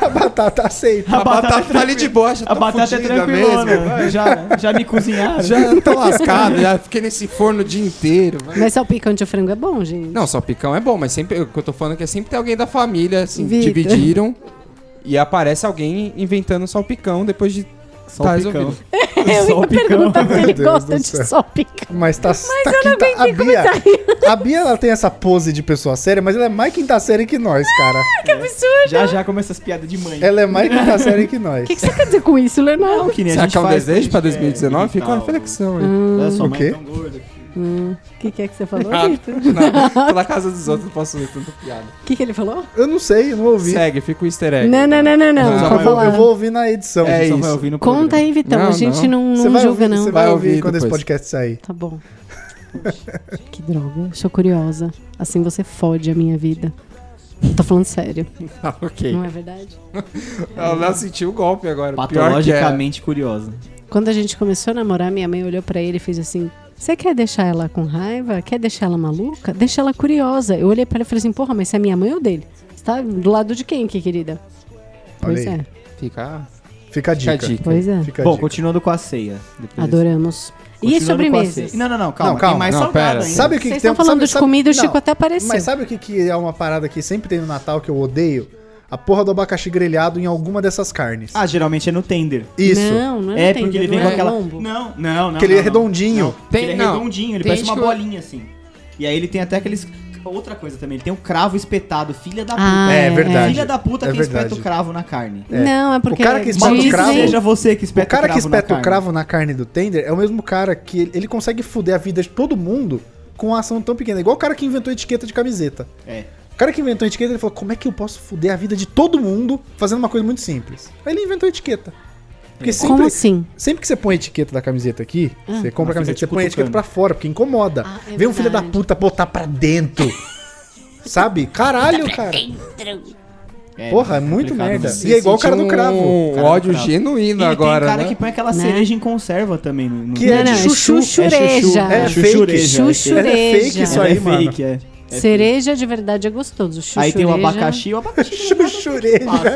D: A batata aceita.
A: A batata tá ali de boa, já
E: A
A: tá
E: batata é
A: fudida
E: tranquila,
A: mesmo.
E: né? Já, já me cozinharam.
A: Já tô lascado, já fiquei nesse forno o dia inteiro. vai.
C: Mas salpicão de frango é bom, gente.
A: Não, salpicão é bom, mas sempre o que eu tô falando é que é sempre tem alguém da família, assim,
C: Vitor.
A: dividiram e aparece alguém inventando salpicão depois de tá
E: Salpicão.
A: resolvido.
E: (laughs)
C: Eu ia
E: Salpicão.
C: perguntar se ele
D: Meu Deus
C: gosta
D: do
C: de
D: céu.
C: salpicão.
D: Mas tá, tá quinta- a Bia, a Bia, ela tem essa pose de pessoa séria, mas ela é mais quinta série que nós, cara.
C: Que é absurdo.
E: Já já começa as piadas de mãe.
D: Ela é mais quinta série que nós.
C: O que, que você quer dizer com isso, Leonardo?
E: que nem
A: Será que é um
E: faz,
A: desejo pra
E: a gente
A: 2019?
E: quer
A: Fica uma
E: evitar o-
A: reflexão aí.
E: Olha só,
D: O
E: É, mãe
D: quê?
E: tão gorda que-
C: O que, que é que você falou,
A: Ah,
C: Vitor?
A: não, pela casa dos outros não posso ver tanta
E: (laughs)
A: piada.
C: O que, que ele falou?
D: Eu não sei, eu não ouvi.
A: Segue, fica o easter egg.
C: Não, não, não,
A: É.
C: não, não.
A: Não,
D: Eu
C: Pode
D: vou,
C: falar.
D: eu vou ouvir na edição.
A: É
E: Então Só
A: isso.
E: vai ouvir no
C: Conta aí, Vitão.
A: Não,
C: a gente não, não,
D: Você vai
C: julga,
D: ouvir,
C: não.
D: Você vai,
A: Vai
D: ouvir,
A: ouvir
D: quando esse
A: depois.
D: podcast sair.
C: Tá bom. que droga. Sou curiosa. Assim você fode a minha vida. Tô falando sério,
A: Ah, (laughs) ok.
C: não é verdade?
A: Ela não sentiu o golpe agora. Pior que é.
E: Patologicamente curiosa.
C: Quando a gente começou a namorar, minha mãe olhou pra ele e fez assim: Você quer deixar ela com raiva? Quer deixar ela maluca? Deixa ela curiosa. Eu olhei pra ele e falei assim: Porra, mas você é minha mãe ou dele? Você tá do lado de quem, que querida? Pois
D: Olha aí.
C: é,
A: Fica,
D: Fica a
A: fica a
D: dica.
A: dica.
C: pois é.
D: Fica a
E: Bom,
D: dica.
E: continuando com a ceia. depois
C: Adoramos.
E: desse-
C: E
E: continuando com a
C: sobremesas?
E: ceia. Não, não, não, calma.
D: assim. Não, calma,
E: Tem mais
A: não,
E: salgado
A: pera.
E: ainda.
D: Sabe o que,
C: Vocês
D: que tem
C: estão falando
D: sabe-
C: de comida e o
D: não,
C: Chico até apareceu.
D: Mas sabe o que, que é uma parada que sempre tem no Natal que eu odeio? A porra do abacaxi grelhado em alguma dessas carnes.
E: Ah, geralmente é no Tender.
D: Isso.
C: Não, não é,
E: É,
C: no
E: porque
C: Tinder,
E: ele vem
C: não
E: com
C: é
E: aquela.
C: lombo.
E: Não, não, não.
D: Porque ele é
E: não, não.
D: redondinho.
E: Não, porque ele é
A: Tem- não.
E: redondinho, ele
A: Tem
E: parece uma
A: gente que-
E: bolinha assim. E aí ele tem até aqueles. Outra coisa também, ele tem o cravo espetado, filha da
C: Ah,
E: puta.
D: É,
C: é.
D: verdade.
E: Filha da puta
D: É
E: que
D: verdade.
E: espeta o cravo na carne.
C: Não, é porque
D: cara que espeta o
C: dizem-
D: cravo-
E: seja você que espeta
D: O cara que
E: na
D: espeta o
E: carne.
D: cravo na carne do tender é o mesmo cara que ele- ele consegue fuder a vida de todo mundo com uma ação tão pequena. Igual o cara que inventou etiqueta de camiseta.
E: É.
D: O cara que inventou a etiqueta, ele falou, como é que eu posso fuder a vida de todo mundo fazendo uma coisa muito simples? Aí ele inventou a etiqueta. Porque
C: Como
D: sempre,
C: assim?
D: sempre que você põe a etiqueta da camiseta aqui, você compra a
E: Ela fica
D: camiseta,
E: te
D: você põe a etiqueta
E: cutucando.
D: pra fora, porque incomoda.
C: Ah, é
D: Vem um filho da
C: verdade.
D: puta botar
C: (laughs)
D: pra dentro. Sabe? Caralho, cara.
E: É,
D: Porra, é muito
E: complicado
D: merda.
E: mesmo.
D: E é igual o cara do cravo.
A: Um
E: Cara do
A: ódio
E: cravo.
A: genuíno
E: E
A: agora,
E: tem cara
A: né?
E: que põe aquela
C: Né?
E: cereja em conserva também. No, no-
D: Que é
C: Não,
D: de
C: não, é
D: chuchu.
C: chuchureja.
D: É
E: chuchu.
D: fake.
C: Chuchureja.
D: É fake isso
E: Ela
D: aí,
E: é
D: mano.
E: fake, é. É
C: Cereja de verdade é gostoso. Chuchureja.
E: Aí tem o abacaxi, o abacaxi não
D: Chuchureja.
E: passa.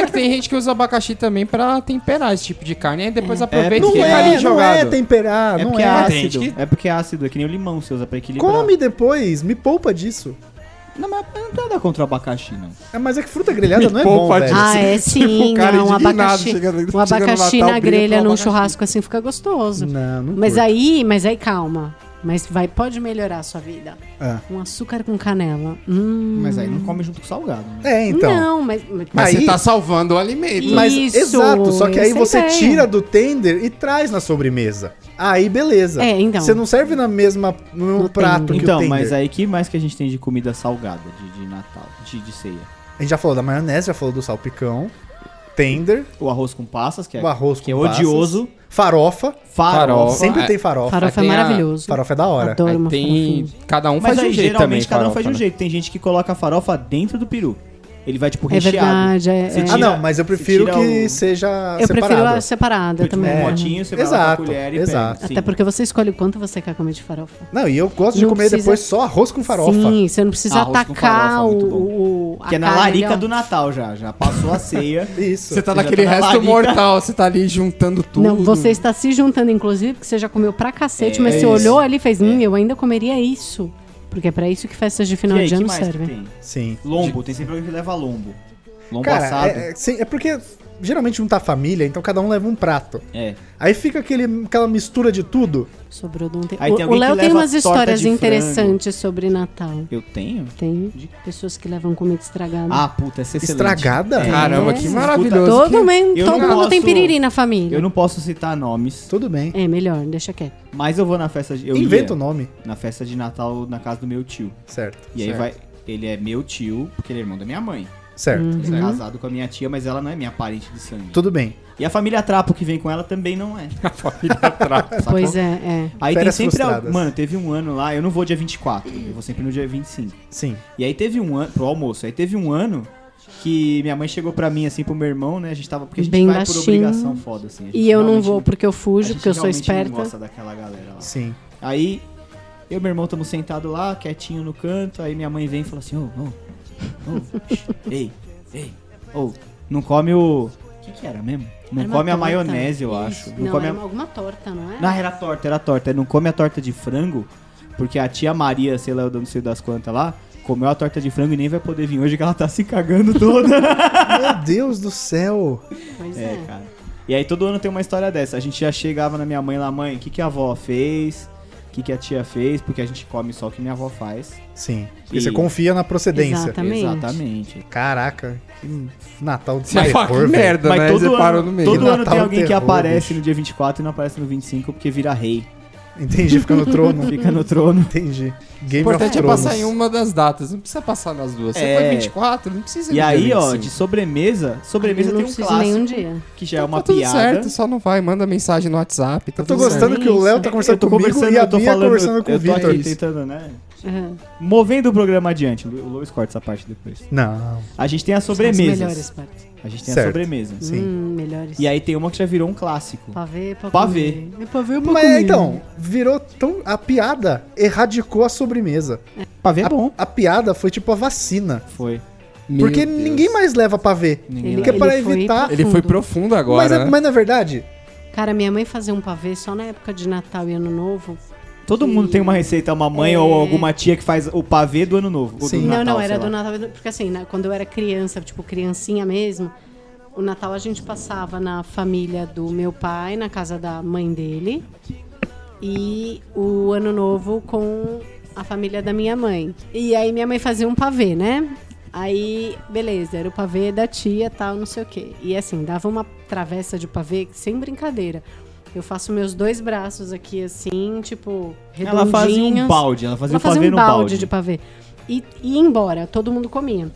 A: É que tem gente que usa abacaxi também pra temperar esse tipo de carne. Aí depois aproveita
E: Não
A: e
D: Não
A: fica
E: é,
A: ali
D: é, não é
A: jogado.
D: temperar,
E: É
D: não
E: porque é,
D: é.
E: ácido.
A: Tem gente
E: É porque é ácido, é que nem o limão você usa pra equilibrar.
D: Come depois, me poupa disso.
E: Não, mas eu não tenho nada contra o abacaxi, não.
D: É, mas é que fruta grelhada
A: Me
D: não é bom,
A: poupa
D: velho.
C: Ah, é sim.
A: o cara
C: não, um
A: indignado
C: abacaxi,
A: chegando- chegando
C: um
A: no
C: abacaxi
A: Natal, briga
C: na grelha
A: pelo
C: num
A: abacaxi.
C: churrasco assim fica gostoso.
D: Não, não
C: Mas
D: curto.
C: aí, mas aí calma. Mas vai, pode melhorar a sua vida.
D: Ah.
C: Um açúcar com canela. Hum.
E: Mas é, aí não come junto com salgado, né?
D: É, então.
C: Não, mas, mas-
A: Mas
D: Aí-
A: você tá salvando o alimento.
C: E-
D: Mas
C: Isso, é
D: exato, só que aí
C: essa
D: você
C: ideia.
D: tira do tender e traz na sobremesa. Aí beleza.
C: É, então.
D: Você não serve na mesma no mesmo
C: No
D: prato que É, o
E: Então,
D: tender.
E: mas aí que mais que a gente tem de comida salgada de, de Natal, de, de ceia?
D: A gente já falou da maionese, já falou do salpicão. tender,
E: O arroz com passas, que é,
D: o arroz
E: que é
D: com passas,
E: odioso.
D: Farofa.
E: Farofa.
A: Farofa.
D: Sempre
A: é-
D: tem farofa.
C: Farofa Então, é
A: Aí tem a-
C: maravilhoso.
D: Farofa é da hora.
C: Adoro uma
A: Aí tem.
C: farofinha.
A: Cada um
E: Mas
A: faz de
E: aí,
A: um jeito
E: geralmente,
A: também.
E: cada um faz de um
A: farofa,
E: jeito. Tem gente que coloca a farofa dentro do peru. Ele vai, tipo,
C: É
E: recheado.
C: verdade. É,
E: Você
C: é.
D: Ah,
E: tira-
D: não, mas eu
E: você
D: prefiro
E: tira
D: que
E: o-
D: seja
C: Eu prefiro
D: separado.
C: a separada
E: Tipo,
C: também.
E: um
C: né?
E: potinho, você vai lá
D: Exato,
E: com a colher e
D: exato.
E: pega. Sim.
C: Até porque você escolhe o quanto você quer comer de farofa.
D: Não, e eu gosto de
C: Não
D: comer
C: precisa-
D: depois só arroz com farofa.
C: Sim, você não precisa
E: Arroz com
C: atacar
E: farofa, muito bom.
C: o, o. a
E: Que é na
C: carne
E: larica
C: ali, ó.
E: do Natal já. Já passou a ceia.
D: Isso.
A: Você tá
E: Você já
A: naquele
E: tá na
A: resto
E: larica.
A: mortal, você tá ali juntando tudo.
C: Não, você está se juntando, inclusive, porque você já comeu pra cacete, mas você
E: É, isso. É.
C: olhou ali e fez, hum, eu ainda comeria isso. Porque é pra isso que festas de final
E: E aí,
C: de
E: que
C: ano
E: mais que
C: servem.
E: tem?
D: Sim.
E: Lombo. Tem sempre alguém que leva lombo. Lombo
D: Cara,
E: um assado.
D: é, é- sim, é porque geralmente não tá família, então cada um leva um prato.
E: é.
D: Aí fica aquele, aquela mistura de tudo.
C: Sobrou de ontem.
E: Aí
C: O-
E: tem
C: o
E: alguém
C: Léo
E: que
C: tem
E: leva torta
C: umas
E: de
C: histórias
E: frango.
C: interessantes sobre Natal.
E: Eu tenho?
C: Tem
E: De-
C: pessoas que levam comida estragada.
E: Ah, puta, essa é excelente.
D: Estragada?
E: É.
A: Caramba,
C: É.
A: que
E: Escuta,
A: maravilhoso.
C: todo
A: que-
C: mundo,
E: eu
C: todo
E: não
C: mundo tem
E: posso-
C: piriri na família.
E: Eu não posso citar nomes,
D: Tudo bem.
C: É melhor, deixa quieto.
E: mas eu vou na festa de... Eu
D: Inventa o
E: ia
D: nome.
E: na festa de Natal na casa do meu tio.
D: Certo.
E: E aí
A: Certo.
E: vai... Ele é meu tio, porque ele é irmão da minha mãe.
D: Certo.
C: Hum.
E: Ele é casado com a minha tia, mas ela não é minha parente de sangue.
D: Tudo bem.
E: E a família Trapo que vem com ela também não é.
A: A (laughs) família atrás.
E: sacou?
C: Pois é, é.
E: Aí
D: Férias
E: tem sempre... al-
D: frustradas.
E: Mano, teve um ano lá, eu não vou dia 24, eu vou sempre no dia 25.
D: Sim.
E: E aí teve um ano, pro almoço, aí teve um ano que minha mãe chegou pra mim, assim, pro meu irmão, né? A gente tava, porque a gente
C: Bem
E: vai
C: baixinho.
E: por obrigação foda, assim. A gente
C: E eu não
E: realmente
C: vou porque eu
E: a
C: fujo,
E: gente
C: porque eu sou
E: realmente não
C: esperta.
E: gosta daquela galera lá.
D: Sim.
E: Aí eu e meu irmão estamos sentados lá, quietinho no canto, aí minha mãe vem e fala assim, ô, ô, ô, shh, ei, ei, ô, não come o... O que que era mesmo? Não
C: Era É uma
E: come a
C: torta. né?
E: maionese, eu acho. Não,
C: Não,
E: come
C: era
E: a...
C: uma- alguma torta, não é?
E: Não, era torta, era torta. Não come a torta de frango, porque a tia Maria, sei lá, eu não sei das quantas lá, comeu a torta de frango e nem vai poder vir hoje que ela tá se cagando toda.
A: (laughs)
D: Meu Deus do céu.
C: Pois é.
E: é, cara. E aí todo ano tem uma história dessa. A gente já chegava na minha mãe lá, mãe, o que, que a avó fez? O que, que a tia fez? Porque a gente come só o que minha avó faz.
D: Sim. Porque
E: E-
D: você confia na procedência.
C: Exatamente.
E: Exatamente.
D: Caraca. Que Natal de
E: é
A: Você fala que merda,
E: Mas
A: né?
E: todo
A: você
E: ano,
A: parou no meio.
E: todo
D: Que
E: ano
D: Natal
E: tem alguém que
D: terror,
E: aparece
D: bicho.
E: no dia 24 e não aparece no 25 porque vira rei. (laughs)
D: Entendi, fica no trono.
E: Fica no trono.
D: Entendi.
A: O
D: Game of
A: importante é
D: Thrones.
A: passar em
E: um
A: uma das datas, não precisa passar nas duas. Você
E: É.
A: foi 24, não precisa ir
E: E
A: no
E: aí,
A: dia
E: ó,
A: 25.
E: de sobremesa, sobremesa
C: Eu não
E: tem um
C: preciso
E: clássico
C: nenhum dia.
E: que já é
A: Então
E: uma
A: tá tudo
E: piada.
A: certo, só não vai, manda mensagem no WhatsApp. tá
D: Eu tô
A: tudo certo.
D: gostando que o Léo tá
E: Eu
D: conversando
E: tô
D: comigo
E: conversando,
D: e a
E: eu tô
D: Bia tá
E: falando,
D: conversando com o
E: eu tô
D: Vitor.
E: aqui tentando, né?
C: Aham.
E: Movendo o programa adiante. O Lois corta essa parte depois.
D: Não.
E: A gente tem as
C: São as melhores
E: sobremesas.
C: partes.
E: A gente tem as
D: Certo.
E: sobremesas.
D: Sim.
C: Hum, melhores.
E: E aí tem uma que já virou um clássico.
C: Pavê, pra
E: Pavê.
C: comer. É pavê ou pra
D: Mas
C: comer?
D: então, virou tão. A piada erradicou a sobremesa.
E: Pavê é
D: A-
E: bom.
D: A, piada foi tipo a vacina.
E: Foi.
A: Meu
D: porque
A: Deus.
D: ninguém mais leva pra ver.
E: Ninguém
C: Ele,
E: lembra.
C: é
D: Porque pra
C: ele foi
D: evitar-
C: profundo.
A: Ele foi profundo agora.
D: mas, é-
A: né?
D: mas na verdade,
C: Cara, minha mãe fazia um pavê só na época de Natal e Ano Novo.
E: Todo mundo tem uma receita, uma mãe ou alguma tia que faz o pavê do ano novo. ou do
D: Sim.
C: é. não,
E: Natal,
C: não,
E: sei
C: era
E: lá.
C: do Natal. Porque assim, né, quando eu era criança, tipo, criancinha mesmo, o Natal a gente passava na família do meu pai, na casa da mãe dele. E o Ano Novo com a família da minha mãe. E aí minha mãe fazia um pavê, né? Aí, beleza, era o pavê da tia, tal, não sei o quê. E assim, dava uma travessa de pavê sem brincadeira. Eu faço meus dois braços aqui assim, tipo, redondinhos.
E: Ela fazia um balde, ela fazia
C: Ela
E: o pavê
C: fazia um
E: no
C: balde,
E: balde.
C: de pavê. E, e ia embora, todo mundo comia.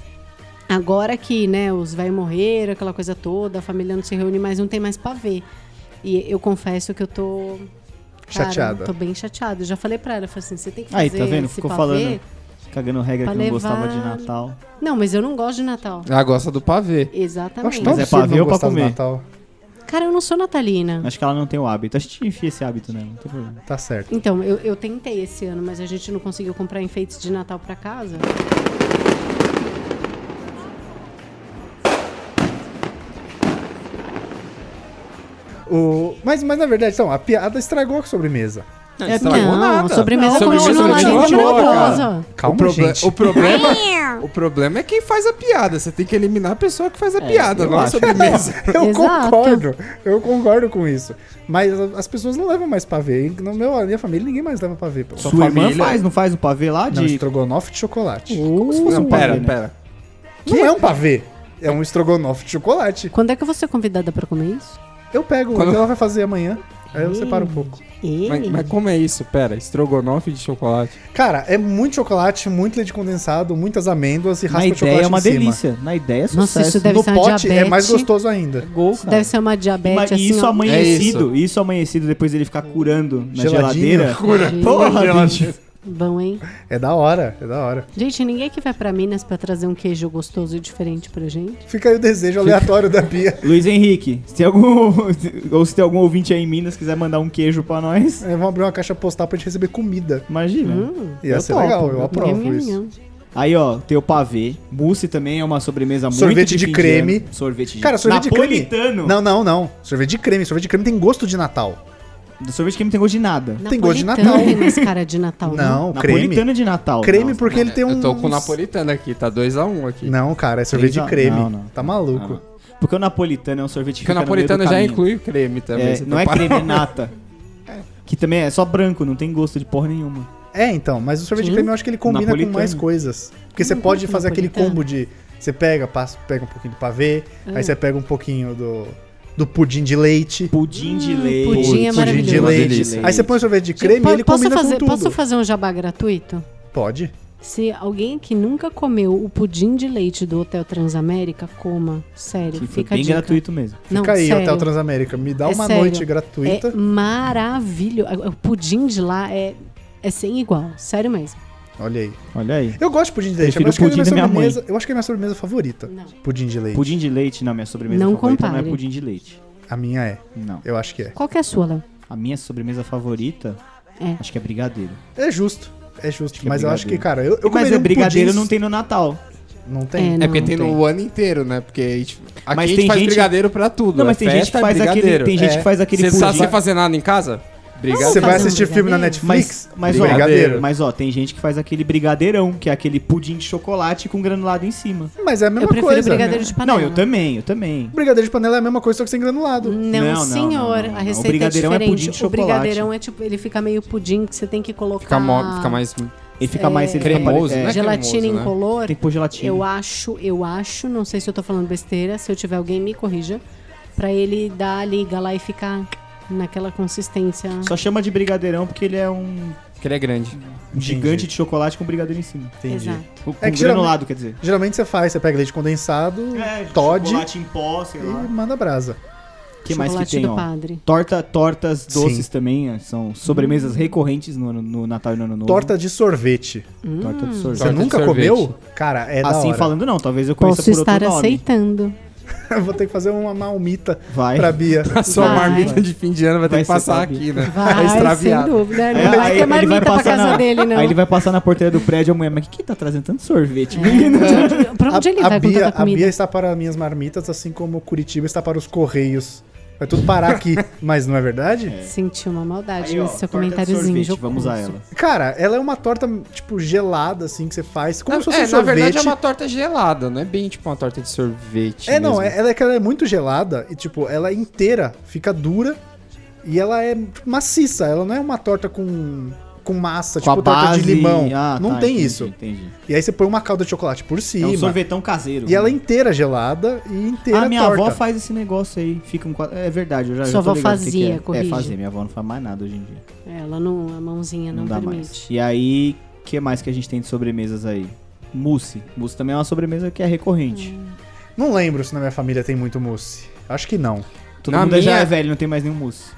C: Agora que, né, os velhos morreram, aquela coisa toda, a família não se reúne mais, não tem mais pavê. E eu confesso que eu tô... cara,
D: Chateada.
C: Tô bem chateada. Eu já falei pra ela, eu falei assim, você tem que fazer
E: Aí, tá vendo?
C: esse
E: Ficou
C: pavê.
E: falando. Cagando regra que
C: pra
E: não gostava de
C: levar-
E: Natal.
C: Não, mas eu não gosto de Natal.
A: Ela Ah, gosta do pavê.
D: eu acho
C: Exatamente.
D: tão
E: Mas é
D: absurdo
E: pavê
D: não
E: ou pra
D: gostar do
E: comer?
D: Natal.
C: Cara, eu não sou natalina.
E: Acho que ela não tem o hábito. A gente enfia esse hábito nela, não tem problema.
D: Tá certo.
C: Então, eu, eu tentei esse ano, mas a gente não conseguiu comprar enfeites de Natal pra casa.
D: O, mas, mas na verdade, então, a piada estragou a sobremesa.
A: É,
C: não, a sobremesa
A: Não, a sobremesa
C: continua lá
A: continua,
C: dentro
A: cara.
C: maravilhosa.
D: Calma,
A: o, proble-
D: gente.
A: o problema O problema é quem faz a piada. Você tem que eliminar a pessoa que faz a piada,
E: eu
A: não a
E: acho.
C: (laughs)
A: sobremesa.
D: Eu
C: Exato.
D: concordo. Eu concordo com isso. Mas a- as pessoas não levam mais pavê. Na meu, minha família, ninguém mais leva pavê. Pô.
A: Só
E: Sua
A: família.
E: irmã faz, não faz o pavê lá
D: Não, tá
E: de
D: estrogonofe de chocolate.
E: Como se fosse
A: Não,
E: um pavê,
A: pera,
E: né?
A: pera.
D: Não é um pavê. É um estrogonofe de chocolate.
C: Quando é que eu vou ser convidada pra comer isso?
D: Eu pego o
A: Quando-
D: que ela vai fazer amanhã. Aí eu separo um pouco.
C: Ei,
A: Mas, mas como é isso? Pera, estrogonofe de chocolate.
D: Cara, é muito chocolate, muito leite condensado, muitas amêndoas e
E: Na
D: raspa de
E: ideia
D: chocolate
E: é uma
D: em cima.
E: delícia. Na ideia é
C: Nossa,
E: sucesso.
C: isso deve
D: no
C: ser uma
D: pote é
C: diabetes.
D: mais gostoso ainda.
E: Gol,
C: Isso
E: cara.
C: deve ser uma diabetes
E: Mas
C: assim,
E: isso
C: ó.
E: amanhecido, isso. amanhecido, depois ele ficar curando na
D: É Geladinho. (laughs)
E: geladeira.
C: Porra,
E: bicho.
C: Bom, hein?
D: É da hora, é da hora.
C: Gente, ninguém que vai pra Minas pra trazer um queijo gostoso e diferente pra gente.
D: Fica aí o desejo aleatório da Bia.
E: Luiz Henrique, se tem algum. (laughs) ou se tem algum ouvinte aí em Minas que quiser mandar um queijo pra nós,
D: É, vamos abrir uma caixa postal pra gente receber comida.
E: imagina.
D: Ia
C: Hum.
E: Eu
D: ser
E: topo.
D: legal, Hum. eu aprovo
C: Nham, nham,
D: isso.
C: nham.
E: Aí, ó, tem o pavê. Mousse também é uma sobremesa muito
D: Sorvete de
E: fim
D: creme.
E: ano. Sorvete de
D: Cara, sorvete de creme.
E: Napolitano.
D: Não, não, não. Sorvete de creme. Sorvete de creme tem gosto de Natal.
E: Do sorvete de creme tem gosto de nada.
D: Tem gosto de
C: Napolitano
D: Natal.
C: Tem mais cara de Natal,
D: Não, creme.
E: Napolitano é de Natal.
D: Creme
E: Nossa,
D: porque ele tem um.
A: Eu tô com o napolitano aqui, tá 2x1 aqui.
D: Não, cara, é sorvete
E: Três
D: de
E: a-
D: creme.
E: não, não.
D: Tá maluco.
E: Ah. Porque o napolitano é um sorvete que
A: Porque o
E: fica no meio do
A: napolitano já
E: caminho.
A: inclui o creme também.
E: É,
A: você
E: não
A: tá
E: é
A: parado.
E: creme, é nata. Que também é só branco, não tem gosto de porra nenhuma.
D: É, então, mas o sorvete de
C: Sim.
D: creme eu acho que ele combina
E: Napolitano.
D: com mais coisas. Porque você
C: Não
D: pode
C: gosto de
D: fazer aquele
C: napolitano.
D: combo de. Você pega, passa, pega um pouquinho do pavê, aí você pega um pouquinho do, do pudim de leite.
E: Pudim de
C: Hum,
E: leite.
C: pudim é
D: Pudim de
C: maravilhoso.
D: leite.
A: Delícia.
D: Aí você põe o sorvete de creme
C: Gente,
D: e
C: po-
D: ele
C: posso
D: combina
C: fazer,
D: com tudo.
C: Posso fazer um jabá gratuito?
D: Pode.
C: Se alguém que nunca comeu o pudim de leite do Hotel Transamérica, coma. Sério,
E: Que foi
C: fica a
E: bem
C: dica.
E: gratuito mesmo.
C: Não,
D: Fica aí,
C: sério.
D: Hotel Transamérica. Me dá
C: É
D: uma
C: sério.
D: noite gratuita.
C: É maravilhoso. O pudim de lá é, é sem igual. Sério mesmo.
D: Olha aí.
E: Olha aí.
D: Eu gosto de pudim de leite.
E: Prefiro
D: Eu acho, que é a
E: pudim
D: minha
E: da minha
D: sobremesa, eu acho que é a minha sobremesa favorita.
C: Não.
D: Pudim de leite.
E: Pudim de leite na minha sobremesa
C: Não
E: favorita não
C: compare.
E: é pudim de leite.
D: A minha é.
E: Não.
D: Eu acho que é.
C: Qual que é a sua, Léo?
E: A minha sobremesa favorita,
C: É.
E: acho que é brigadeiro.
D: É justo. É justo.
E: que é
D: mas eu acho que,
E: brigadeiro.
D: cara, eu, eu
E: Mas
D: comeria
E: o
D: um
E: brigadeiro
D: pudim-
E: não tem no Natal.
D: Não tem.
C: É,
A: É porque
C: Não,
A: tem no ano inteiro, né? Porque a gente, aqui
E: Mas
A: a gente
E: tem
A: faz
E: gente-
A: brigadeiro pra tudo.
E: Não, mas
A: é
E: tem gente
A: festa,
E: que faz aquele,
A: brigadeiro.
E: tem gente
D: É.
E: que faz aquele
A: Você
E: pudim.
A: tá sem fazer nada em casa? Brigadeiro.
D: Você vai
C: fazer um
D: assistir filme na
C: brigadeiro?
D: Netflix?
E: Mas, mas, ó,
D: brigadeiro. Mas,
E: mas ó, tem gente que faz aquele brigadeirão, que é aquele pudim de chocolate com granulado em cima.
D: é a mesma
C: Eu prefiro
D: coisa.
C: brigadeiro de panela.
E: Não, eu também, eu também.
D: Brigadeiro de panela é a mesma coisa, só que sem granulado.
C: Não,
E: Não, não,
C: senhor.
E: não, não, não.
C: A
E: O
C: receita
E: brigadeirão é
C: é diferente.
E: pudim de
C: o
E: chocolate.
C: brigadeirão é tipo, ele fica meio pudim que você tem que colocar
A: Fica,
E: Ah.
A: mo- fica mais.
E: Ele fica mais... Ele
A: cremoso,
E: fica,
A: né?
E: pare-
C: gelatina
A: cremoso, né?
C: incolor.
E: é, tem que pôr gelatina.
C: Eu acho, eu acho, não sei se eu tô falando besteira, se eu tiver alguém me corrija, pra ele dar a liga lá e ficar naquela consistência.
E: Só chama de brigadeirão porque ele é um
A: Que ele é grande.
E: gigante de chocolate com brigadeiro em cima.
D: Entendi.
C: Exato.
E: Com
D: É que
E: granulado, quer dizer.
D: Geralmente você faz, você pega leite condensado,
E: É.
D: Todd
E: chocolate em pó, sei
D: e
E: lá.
D: manda brasa.
E: que mais que
C: Chocolate
E: tem,
C: do
E: ó?
C: padre.
E: Torta, tortas
D: Sim.
E: doces também eh, são sobremesas recorrentes no, ano- no Natal e no Ano Novo.
D: Torta de sorvete.
E: Torta de
D: Você
E: sorvete.
A: Torta de
D: nunca
A: sorvete.
D: comeu? Cara, é
E: Assim
D: da hora. (laughs)
E: falando não, talvez eu conheça
C: Posso
E: por outro
C: estar
E: nome.
C: aceitando.
E: (laughs)
D: Vou ter que fazer uma malmita
E: Vai.
D: pra Bia.
E: (laughs)
A: A sua
C: Vai.
A: marmita de fim de ano vai ter
E: Vai
A: que passar
E: ser,
A: aqui, né?
C: Vai, sem
A: extraviado.
C: dúvida.
E: Tá
C: Não
E: É,
C: vai ter marmita pra casa
E: na,
C: dele, não.
E: Aí ele vai passar na porteira do prédio amanhã. Mas o que, que tá trazendo tanto
D: É
E: sorvete?
C: Pra onde ele
D: a,
C: vai com
D: Bia,
C: tanta
D: a
C: comida?
D: Bia está para minhas marmitas, assim como Curitiba está para os Correios. Vai tudo
E: (laughs)
D: parar aqui, mas não é verdade?
C: Senti uma maldade
E: Aí, ó,
C: nesse seu
E: torta de
C: comentáriozinho.
E: sorvete, Vamos a
C: jocoso.
E: ela.
D: Cara, ela é uma torta, tipo, gelada, assim, que você faz. Como
A: Na-
D: se fosse
A: é,
D: um
A: na
D: sorvete.
A: verdade é uma torta gelada, não é bem tipo uma torta de sorvete.
D: É, não,
A: mesmo.
D: é- ela, é que ela é muito gelada e, tipo, ela é inteira, fica dura e ela é tipo, maciça. Ela não é uma torta com, com massa,
E: Com a
D: tipo torta
E: base...
D: de limão.
E: Ah,
D: não
E: tá,
D: tem
E: entendi,
D: isso.
E: Entendi.
D: E aí você põe uma calda de chocolate por
E: É
D: cima.
E: um sorvetão caseiro.
D: e ela é inteira gelada e inteira
E: Ah, minha
D: torta.
E: avó faz esse negócio aí. Fica um quadro... É verdade, eu já,
C: Sua
E: já tô
C: avó
E: ligado o que que
C: fazia,
E: é.
C: corrige.
E: É, fazia. Minha avó não faz mais nada hoje em dia.
C: É, Ela não, a mãozinha
E: Não,
C: não,
E: dá mais.
C: permite.
E: E aí, o que mais que a gente tem de sobremesas aí? Mousse. Mousse também é uma sobremesa que é recorrente.
C: Hum.
D: Não lembro se na minha família tem muito mousse. Acho que não.
E: Todo
A: Na
E: mundo já
A: minha-
E: é velho, não tem mais nenhum mousse.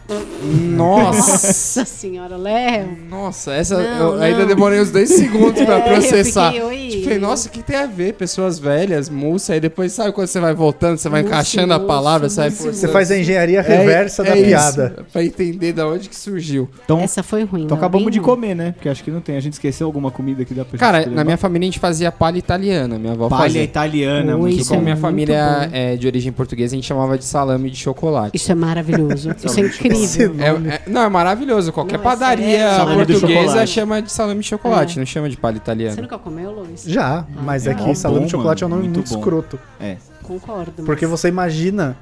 A: Nossa!
C: Nossa senhora,
D: É,
C: Léo.
A: (laughs) Nossa, essa
C: Não,
A: eu ainda
C: não.
A: demorei uns dois segundos pra
E: (laughs)
C: É, eu
A: processar.
C: fiquei, oi.
A: Tipo, falei, nossa, o que tem a ver? Pessoas velhas, mousse, aí depois sabe quando você vai voltando, você vai
C: Mousse,
A: encaixando a
C: mousse,
A: palavra, você vai
C: mousse,
A: forçando.
D: Você faz a engenharia reversa da
A: é isso,
D: piada.
A: pra entender da onde que surgiu.
E: Então,
C: Essa foi ruim.
E: então
C: Léo,
E: acabamos
C: bem
E: de
C: ruim.
E: comer, né? Porque acho que não tem. A gente esqueceu alguma comida que dá pra gente
A: Cara,
E: escolher,
A: na
E: não?
A: minha família a gente fazia palha italiana, minha avó
E: Palha
A: fazia.
E: italiana,
C: Ui,
E: muito
C: isso
E: bom.
A: Como minha
C: muito
A: família
C: bom.
A: é de origem portuguesa, a gente chamava de salame de chocolate.
C: Isso
E: (laughs)
C: é maravilhoso. Isso é
D: Esse
C: incrível.
E: né?
A: É- é- não, é maravilhoso. Qualquer
C: Não, é
A: padaria
C: sério.
E: Salame de
A: portuguesa
E: chocolate.
A: chama de salame de chocolate,
C: É.
A: não chama de palha italiana.
C: Você nunca comeu, Luiz?
D: Já, mas é,
E: é
D: que
E: bom,
D: salame de
E: mano,
D: chocolate é um nome
E: muito
D: muito
E: bom.
D: escroto.
E: É.
C: Concordo.
D: Porque
C: mas-
D: você imagina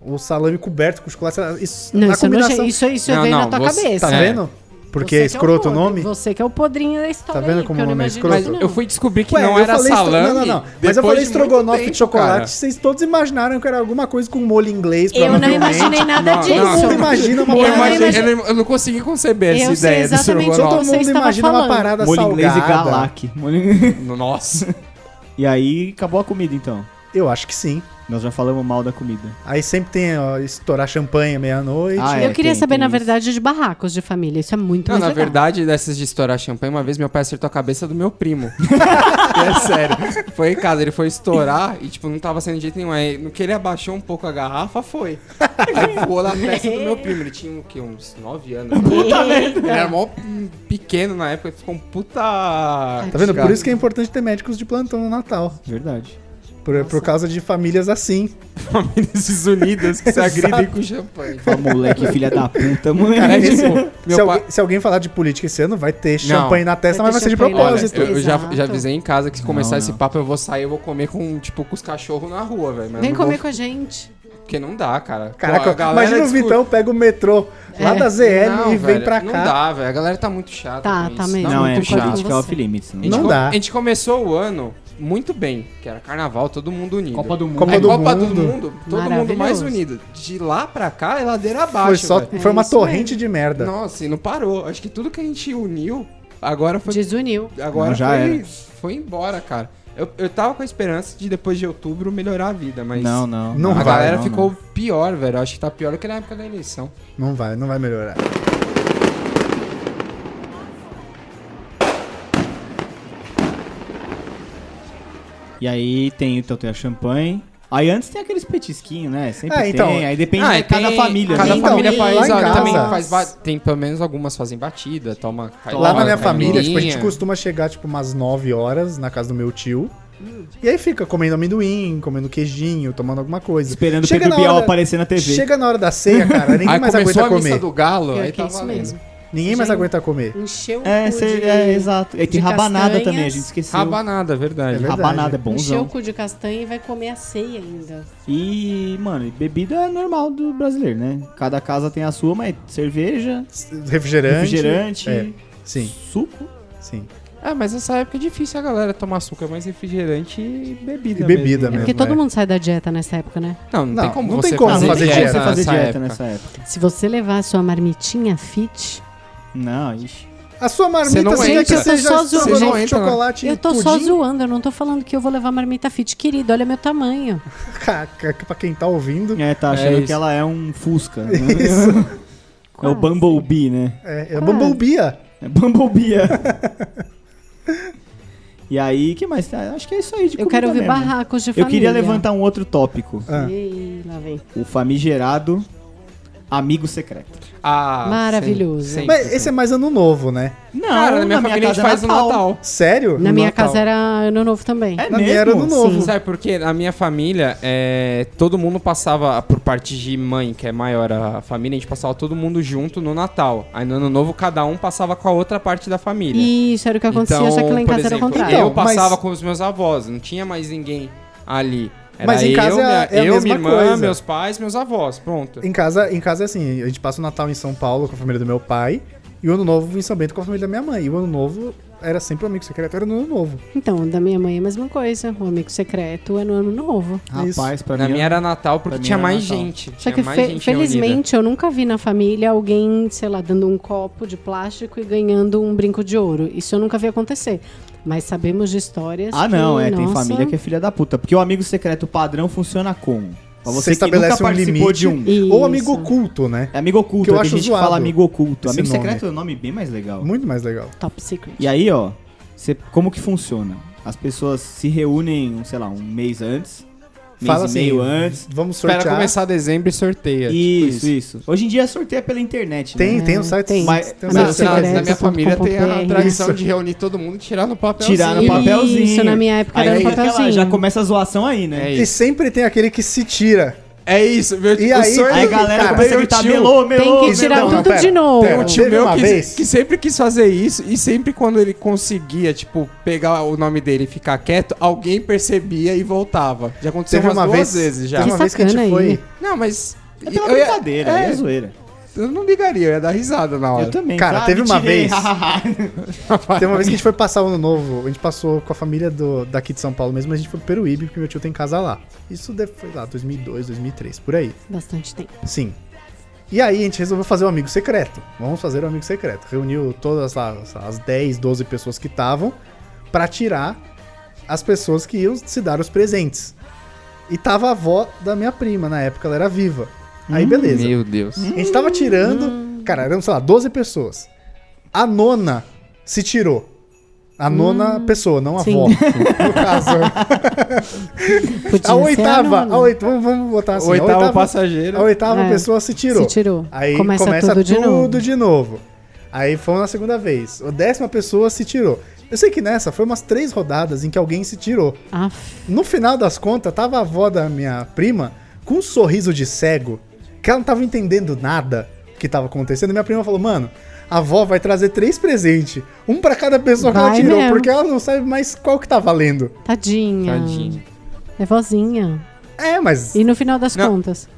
D: o salame coberto com chocolate. Isso,
C: Não,
D: tá na
C: isso, é noje-
D: combinação.
C: isso, isso
A: Não,
C: veio
A: não,
C: na tua
A: você-
C: cabeça.
D: Tá
A: É.
D: vendo?
C: Você
D: Porque é
C: que
D: escroto o
C: podre,
D: nome.
C: Você que é o podrinho da história.
D: Tá vendo
C: aí,
D: como
C: que eu não
D: o nome é
C: imagino
D: escroto?
A: Mas
C: isso, não.
A: eu fui descobrir que
D: Ué,
A: não
D: eu
A: era
D: falei estro-
A: salame.
D: Não, não, não. Mas eu falei estrogonofe de chocolate,
A: Cara.
D: vocês todos imaginaram que era alguma coisa com molho inglês,
C: Eu não
D: provavelmente.
C: imaginei nada
A: Não,
C: disso.
A: não.
D: Todo mundo imagina uma
C: Eu
A: Eu,
C: não
D: parada.
A: imaginei-
C: imagino-
A: eu não- eu não consegui conceber
C: Eu
A: essa
C: sei
A: ideia do
C: exatamente
A: estrogonofe.
C: o (laughs)
D: Todo
C: Você
D: mundo
C: estava
D: imagina uma
C: falando.
D: parada
E: Molho inglês e
D: salgada.
E: galac. (laughs) Molho-
A: Nossa.
E: E aí acabou a comida então.
D: Eu acho que sim.
E: Nós já falamos mal da comida.
D: Aí sempre tem ó, estourar champanhe meia-noite.
E: Ah, é.
C: Eu queria
E: tem-
C: saber,
E: tem
C: na
E: isso.
C: verdade, de barracos de família. Isso é muito
A: Não,
C: mais
A: na
C: legal.
A: verdade, dessas de estourar champanhe, uma vez meu pai acertou a cabeça do meu
C: (laughs)
A: primo. é sério. Foi em casa, ele foi estourar e, tipo, não tava saindo de jeito nenhum. Aí, no que ele abaixou um pouco a garrafa, foi. Aí voou na festa do meu primo. Ele tinha, o quê? Uns 9 anos. Puta merda! Ele era mó hum, pequeno na época, ficou um puta...
D: Tá vendo? Por isso que é importante ter médicos de plantão no Natal.
E: Verdade.
D: Por, por causa de famílias assim.
A: Famílias unidas que se agridem com champanhe.
E: Fala, moleque, filha da puta,
A: Cara, é
E: moleque.
A: tipo, meu
D: Se,
A: pai...
D: alguém, se alguém falar de política esse ano, vai ter
A: Não.
D: champanhe na testa,
C: Vai
D: mas
C: ter
D: vai ser de
C: champanhe na
A: Olha,
D: propósito.
C: testa.
A: eu, eu já,
C: Exato.
A: já avisei em casa que se começar
E: Não,
A: esse
E: não.
A: papo, eu vou sair eu vou comer com, tipo, com os cachorros na rua, velho. mas
C: Vem
A: não vou-
C: comer com a gente.
A: Porque não dá, cara. Pô,
D: Caraca,
A: a galera
D: imagina o
A: discu-
D: Vitão pega o metrô lá
C: É.
D: da ZL
A: Não,
D: e vem
A: velho,
D: pra
A: Não
D: cá.
A: dá, velho. A galera tá muito chata.
C: Tá,
A: com
C: tá
A: isso.
C: mesmo.
E: Não, é,
A: muito
C: concordo com
E: política é
C: você.
E: off limits.
A: A
E: Né?
A: gente
D: Não
A: co-
D: dá.
A: A gente começou o ano muito bem, que era carnaval, todo mundo unido.
E: é Copa do Mundo.
D: Copa
A: Aí,
D: do
A: Copa
D: Mundo.
A: do Mundo, todo mundo mais
C: Maravilhoso.
A: unido. De lá pra cá, é ladeira abaixo.
D: Foi, só,
A: velho.
D: foi uma
C: isso
D: torrente de merda.
A: Nossa, e não parou. Acho que tudo que a gente uniu, agora foi.
C: Desuniu.
A: Agora
E: Não, já
A: foi, foi embora, cara. Eu, eu tava com a esperança de depois de outubro melhorar a vida, mas.
E: Não, não.
D: Não
A: a
D: vai,
A: galera
E: não,
A: ficou pior, velho. Eu Acho que tá pior do que na época da eleição.
D: Não vai, não vai melhorar.
E: E aí tem, então tem a champanhe. Aí antes tem aqueles petisquinhos, né? Sempre
D: É, então,
E: tem. Aí depende
A: Ah,
E: de
A: e
E: cada
A: tem-
E: família.
A: Cada
E: né?
D: Então,
A: família
D: e
A: faz,
D: lá em
A: a- também
D: casa-
A: faz. ba- Tem pelo menos algumas fazem batida, toma. cai-
E: Lá
D: Lá
A: toma
D: na minha família, tipo, a
A: caipirinha.
D: gente costuma chegar, tipo, umas 9 horas na casa do meu tio. E aí fica comendo amendoim, comendo queijinho, tomando alguma coisa.
E: Esperando o
D: Chega
E: Pedro
D: na hora
E: Bial
D: da-
E: aparecer na TV.
D: Chega na hora da ceia, cara, ninguém
A: Aí
D: mais
A: começou
D: aguenta
A: a missa
D: comer.
A: do galo,
C: Pior
A: aí
C: que
A: tá
C: é isso
A: valendo.
C: mesmo.
D: Ninguém mais
C: Gente.
D: aguenta comer.
C: Encheu o
E: É,
C: cu
E: cê-
C: de...
E: é, exato. E tem
C: de
E: rabanada
C: castanhas.
E: também, a gente esqueceu.
A: Rabanada, verdade.
D: É
E: Rabanada é
C: Encheu
E: bonzão.
C: o cu de castanha e vai comer a ceia ainda.
E: E, mano, e bebida é normal do brasileiro, né? Cada casa tem a sua, mas cerveja,
D: Refrigerante.
E: refrigerante,
D: É, sim,
E: suco.
D: sim.
A: Ah, mas nessa época é difícil a galera tomar açúcar, mais refrigerante e bebida.
D: E bebida
C: É
D: mesmo.
C: porque todo
D: é.
C: mundo sai da dieta nessa época, né?
A: Não, não, tem
D: Não,
A: como
D: não
A: você
D: tem como
E: Não,
D: fazer
E: não tem como
D: dieta
E: Ah, você fazer
A: nessa
E: dieta
A: época.
E: nessa época.
C: Se você levar a sua marmitinha fit,
E: Não, ixi.
D: A sua
A: Você
D: marmita,
A: não
D: você quer
A: entra.
D: que
A: Eu
C: tô
D: seja
C: só
A: zoando.
D: estrogonofe
A: Você não
D: de
A: entra,
D: chocolate
C: eu tô
D: pudim?
C: só zoando, eu não tô falando que eu vou levar marmita fit. Querido, olha meu tamanho.
D: Caca, pra quem tá ouvindo,
E: É, tá
A: É
E: achando
A: isso.
E: que ela é um Fusca.
A: (laughs)
E: né?
D: Isso.
E: É o Bumblebee, né?
D: é, é bambobia.
E: É Bumblebee.
A: (laughs)
E: é. e aí, que mais? Ah, Acho que é isso aí de
C: Eu
E: comida
C: quero ouvir
E: mesmo.
C: barracos de
E: Eu
C: família.
E: queria levantar um outro tópico.
D: Ah.
C: Ih, lá vem.
E: O famigerado amigo secreto.
A: Ah,
C: Maravilhoso.
A: sempre,
D: Mas
A: sempre.
D: esse é mais ano novo, né?
E: Não,
A: Cara, na minha família a gente faz o Natal.
D: Sério?
C: Na minha
A: Natal.
C: casa era ano novo também.
E: um. É
D: Na
E: mesmo?
D: minha era ano novo.
A: Sabe por quê? é Na minha família, é, todo mundo passava, por parte de mãe, que é maior a família, a gente passava todo mundo junto no Natal. Aí no ano novo, cada um passava com a outra parte da família.
C: Isso, era o que acontecia, só que lá em
A: por
C: casa era o
A: exemplo,
C: contrário.
A: Eu
D: Então, mas-
A: passava com os meus avós, não tinha mais ninguém ali. Era
D: Mas em casa
A: eu,
D: é a-
A: minha,
D: é a
A: eu, minha
D: mesma
A: irmã,
D: coisa.
A: meus pais, meus avós, pronto.
D: Em casa, em casa é assim, a gente passa o Natal em São Paulo com a família do meu pai e o Ano Novo em São Bento com a família da minha mãe. E o Ano Novo era sempre um amigo secreto, era no Ano Novo.
C: Então, da minha mãe é a mesma coisa. O amigo secreto é no ano novo.
E: Rapaz, pra
A: Na
D: é
E: mim
A: minha era Natal porque
E: pra mim
A: tinha
E: era
A: mais
E: Natal.
A: gente.
C: Só
A: Tinha
C: que
A: É mais
C: fe-
A: gente reunida.
C: felizmente eu nunca vi na família alguém, sei lá, dando um copo de plástico e ganhando um brinco de ouro. Isso eu nunca vi acontecer. Mas sabemos de histórias.
E: Ah,
C: que,
E: não, é. Tem
C: nossa,
E: família que é filha da puta. Porque o amigo secreto padrão funciona como? Pra
D: Você estabelece um limite.
E: de um.
D: Ou
C: Isso.
D: amigo oculto, né?
E: É amigo oculto,
D: Que eu
E: é
D: acho
E: gente que
D: zoado
E: fala amigo oculto.
D: esse
E: Amigo
D: nome.
E: secreto é um nome bem mais legal.
D: Muito mais legal.
C: Top secret.
E: E aí, ó, cê- como que funciona? As pessoas se reúnem, um, sei lá, um mês antes, mês
D: Fala
E: e
D: assim,
E: meio antes.
D: Vamos sortear.
A: Espera começar dezembro e sorteia. tipo
E: Isso, isso, Hoje em dia sorteia pela internet,
D: Tem,
E: né?
D: tem um site.
C: tem.
E: Mas-
D: tem um
A: Mas assim,
C: Amigo
D: site
A: na,
D: secreto.
A: na minha família tem a
C: secreto.com.br.
A: tradição
D: Isso.
A: de reunir todo mundo e tirar no assim. papelzinho.
E: Tirar no papel. papelzinho.
C: Isso, na minha época
E: Aí
C: era um
E: fica aquela-
C: papelzinho.
E: já começa a zoação aí,
A: É
E: né?
D: E
A: isso.
D: sempre tem aquele que se tira.
A: É isso, meu
D: E
A: o
D: aí-
A: sorteio-
E: Aí a galera
D: Cara, um-
E: começa a
A: meu
E: gritar,
A: tio-
E: melô, melô,
C: Tem que
E: melô.
C: tirar um-
D: não,
C: tudo
D: pera,
C: de novo.
D: pera.
A: O um tio
D: Teve
A: meu
D: uma
A: que,
D: vez-
A: que sempre quis fazer isso e sempre quando ele conseguia, tipo, pegar o nome dele e ficar quieto, alguém percebia e voltava. Já aconteceu
D: Teve
A: umas
D: uma
A: duas
D: vez,
A: vezes já.
D: Teve
C: Que
D: uma vez que a gente
C: sacana
D: foi.
C: aí.
A: Não, mas
E: É pela
A: eu ia-
E: brincadeira,
A: é,
E: é, zoeira.
A: Eu não ligaria, eu ia dar risada na hora.
E: Eu também.
D: Cara,
E: Ah,
D: teve
E: me
D: uma
E: tirei, (laughs)
D: vez- Tem uma vez que a gente foi passar o ano novo, a gente passou com a família do, daqui de São Paulo mesmo, mas a gente foi pro Peruíbe, porque meu tio tem casa lá. Isso deve- foi lá, 2002, 2003, por aí.
C: Bastante tempo.
D: Sim. E aí a gente resolveu fazer um amigo secreto. Vamos fazer um amigo secreto. Reuniu todas lá, as, as 10, 12 pessoas que estavam pra tirar as pessoas que iam se dar os presentes. E tava a avó da minha prima, na época ela era viva. Aí
A: Hum,
D: beleza.
A: Meu Deus.
D: A gente tava
C: Hum.
D: tirando. Cara, eram, sei lá, 12 pessoas. A nona se tirou. A nona pessoa, não a
C: Hum. (laughs) Sim.
D: avó. No caso.
C: Podia ser
D: A oitava.
C: nona.
D: A oit... Vamos, vamos botar assim.
A: Oitavo
D: a oitava,
A: então passageiro.
D: a oitava
C: É.
D: pessoa se tirou.
C: Se tirou.
D: Aí
C: começa, tudo, de novo.
D: de novo. Aí fomos na segunda vez. A décima pessoa se tirou. Eu sei que nessa foi umas três rodadas em que alguém se tirou.
C: Aff,
D: No final das contas, tava a avó da minha prima com um sorriso de cego, que ela não tava entendendo nada que tava acontecendo. E minha prima falou, mano, a avó vai trazer três presentes, um pra cada pessoa que ela
C: Vai
D: tirou,
C: mesmo.
D: porque ela não sabe mais qual que tá valendo.
C: tadinha.
A: Tadinho.
C: É vozinha.
D: É, mas
C: E no final das
A: Não.
C: contas?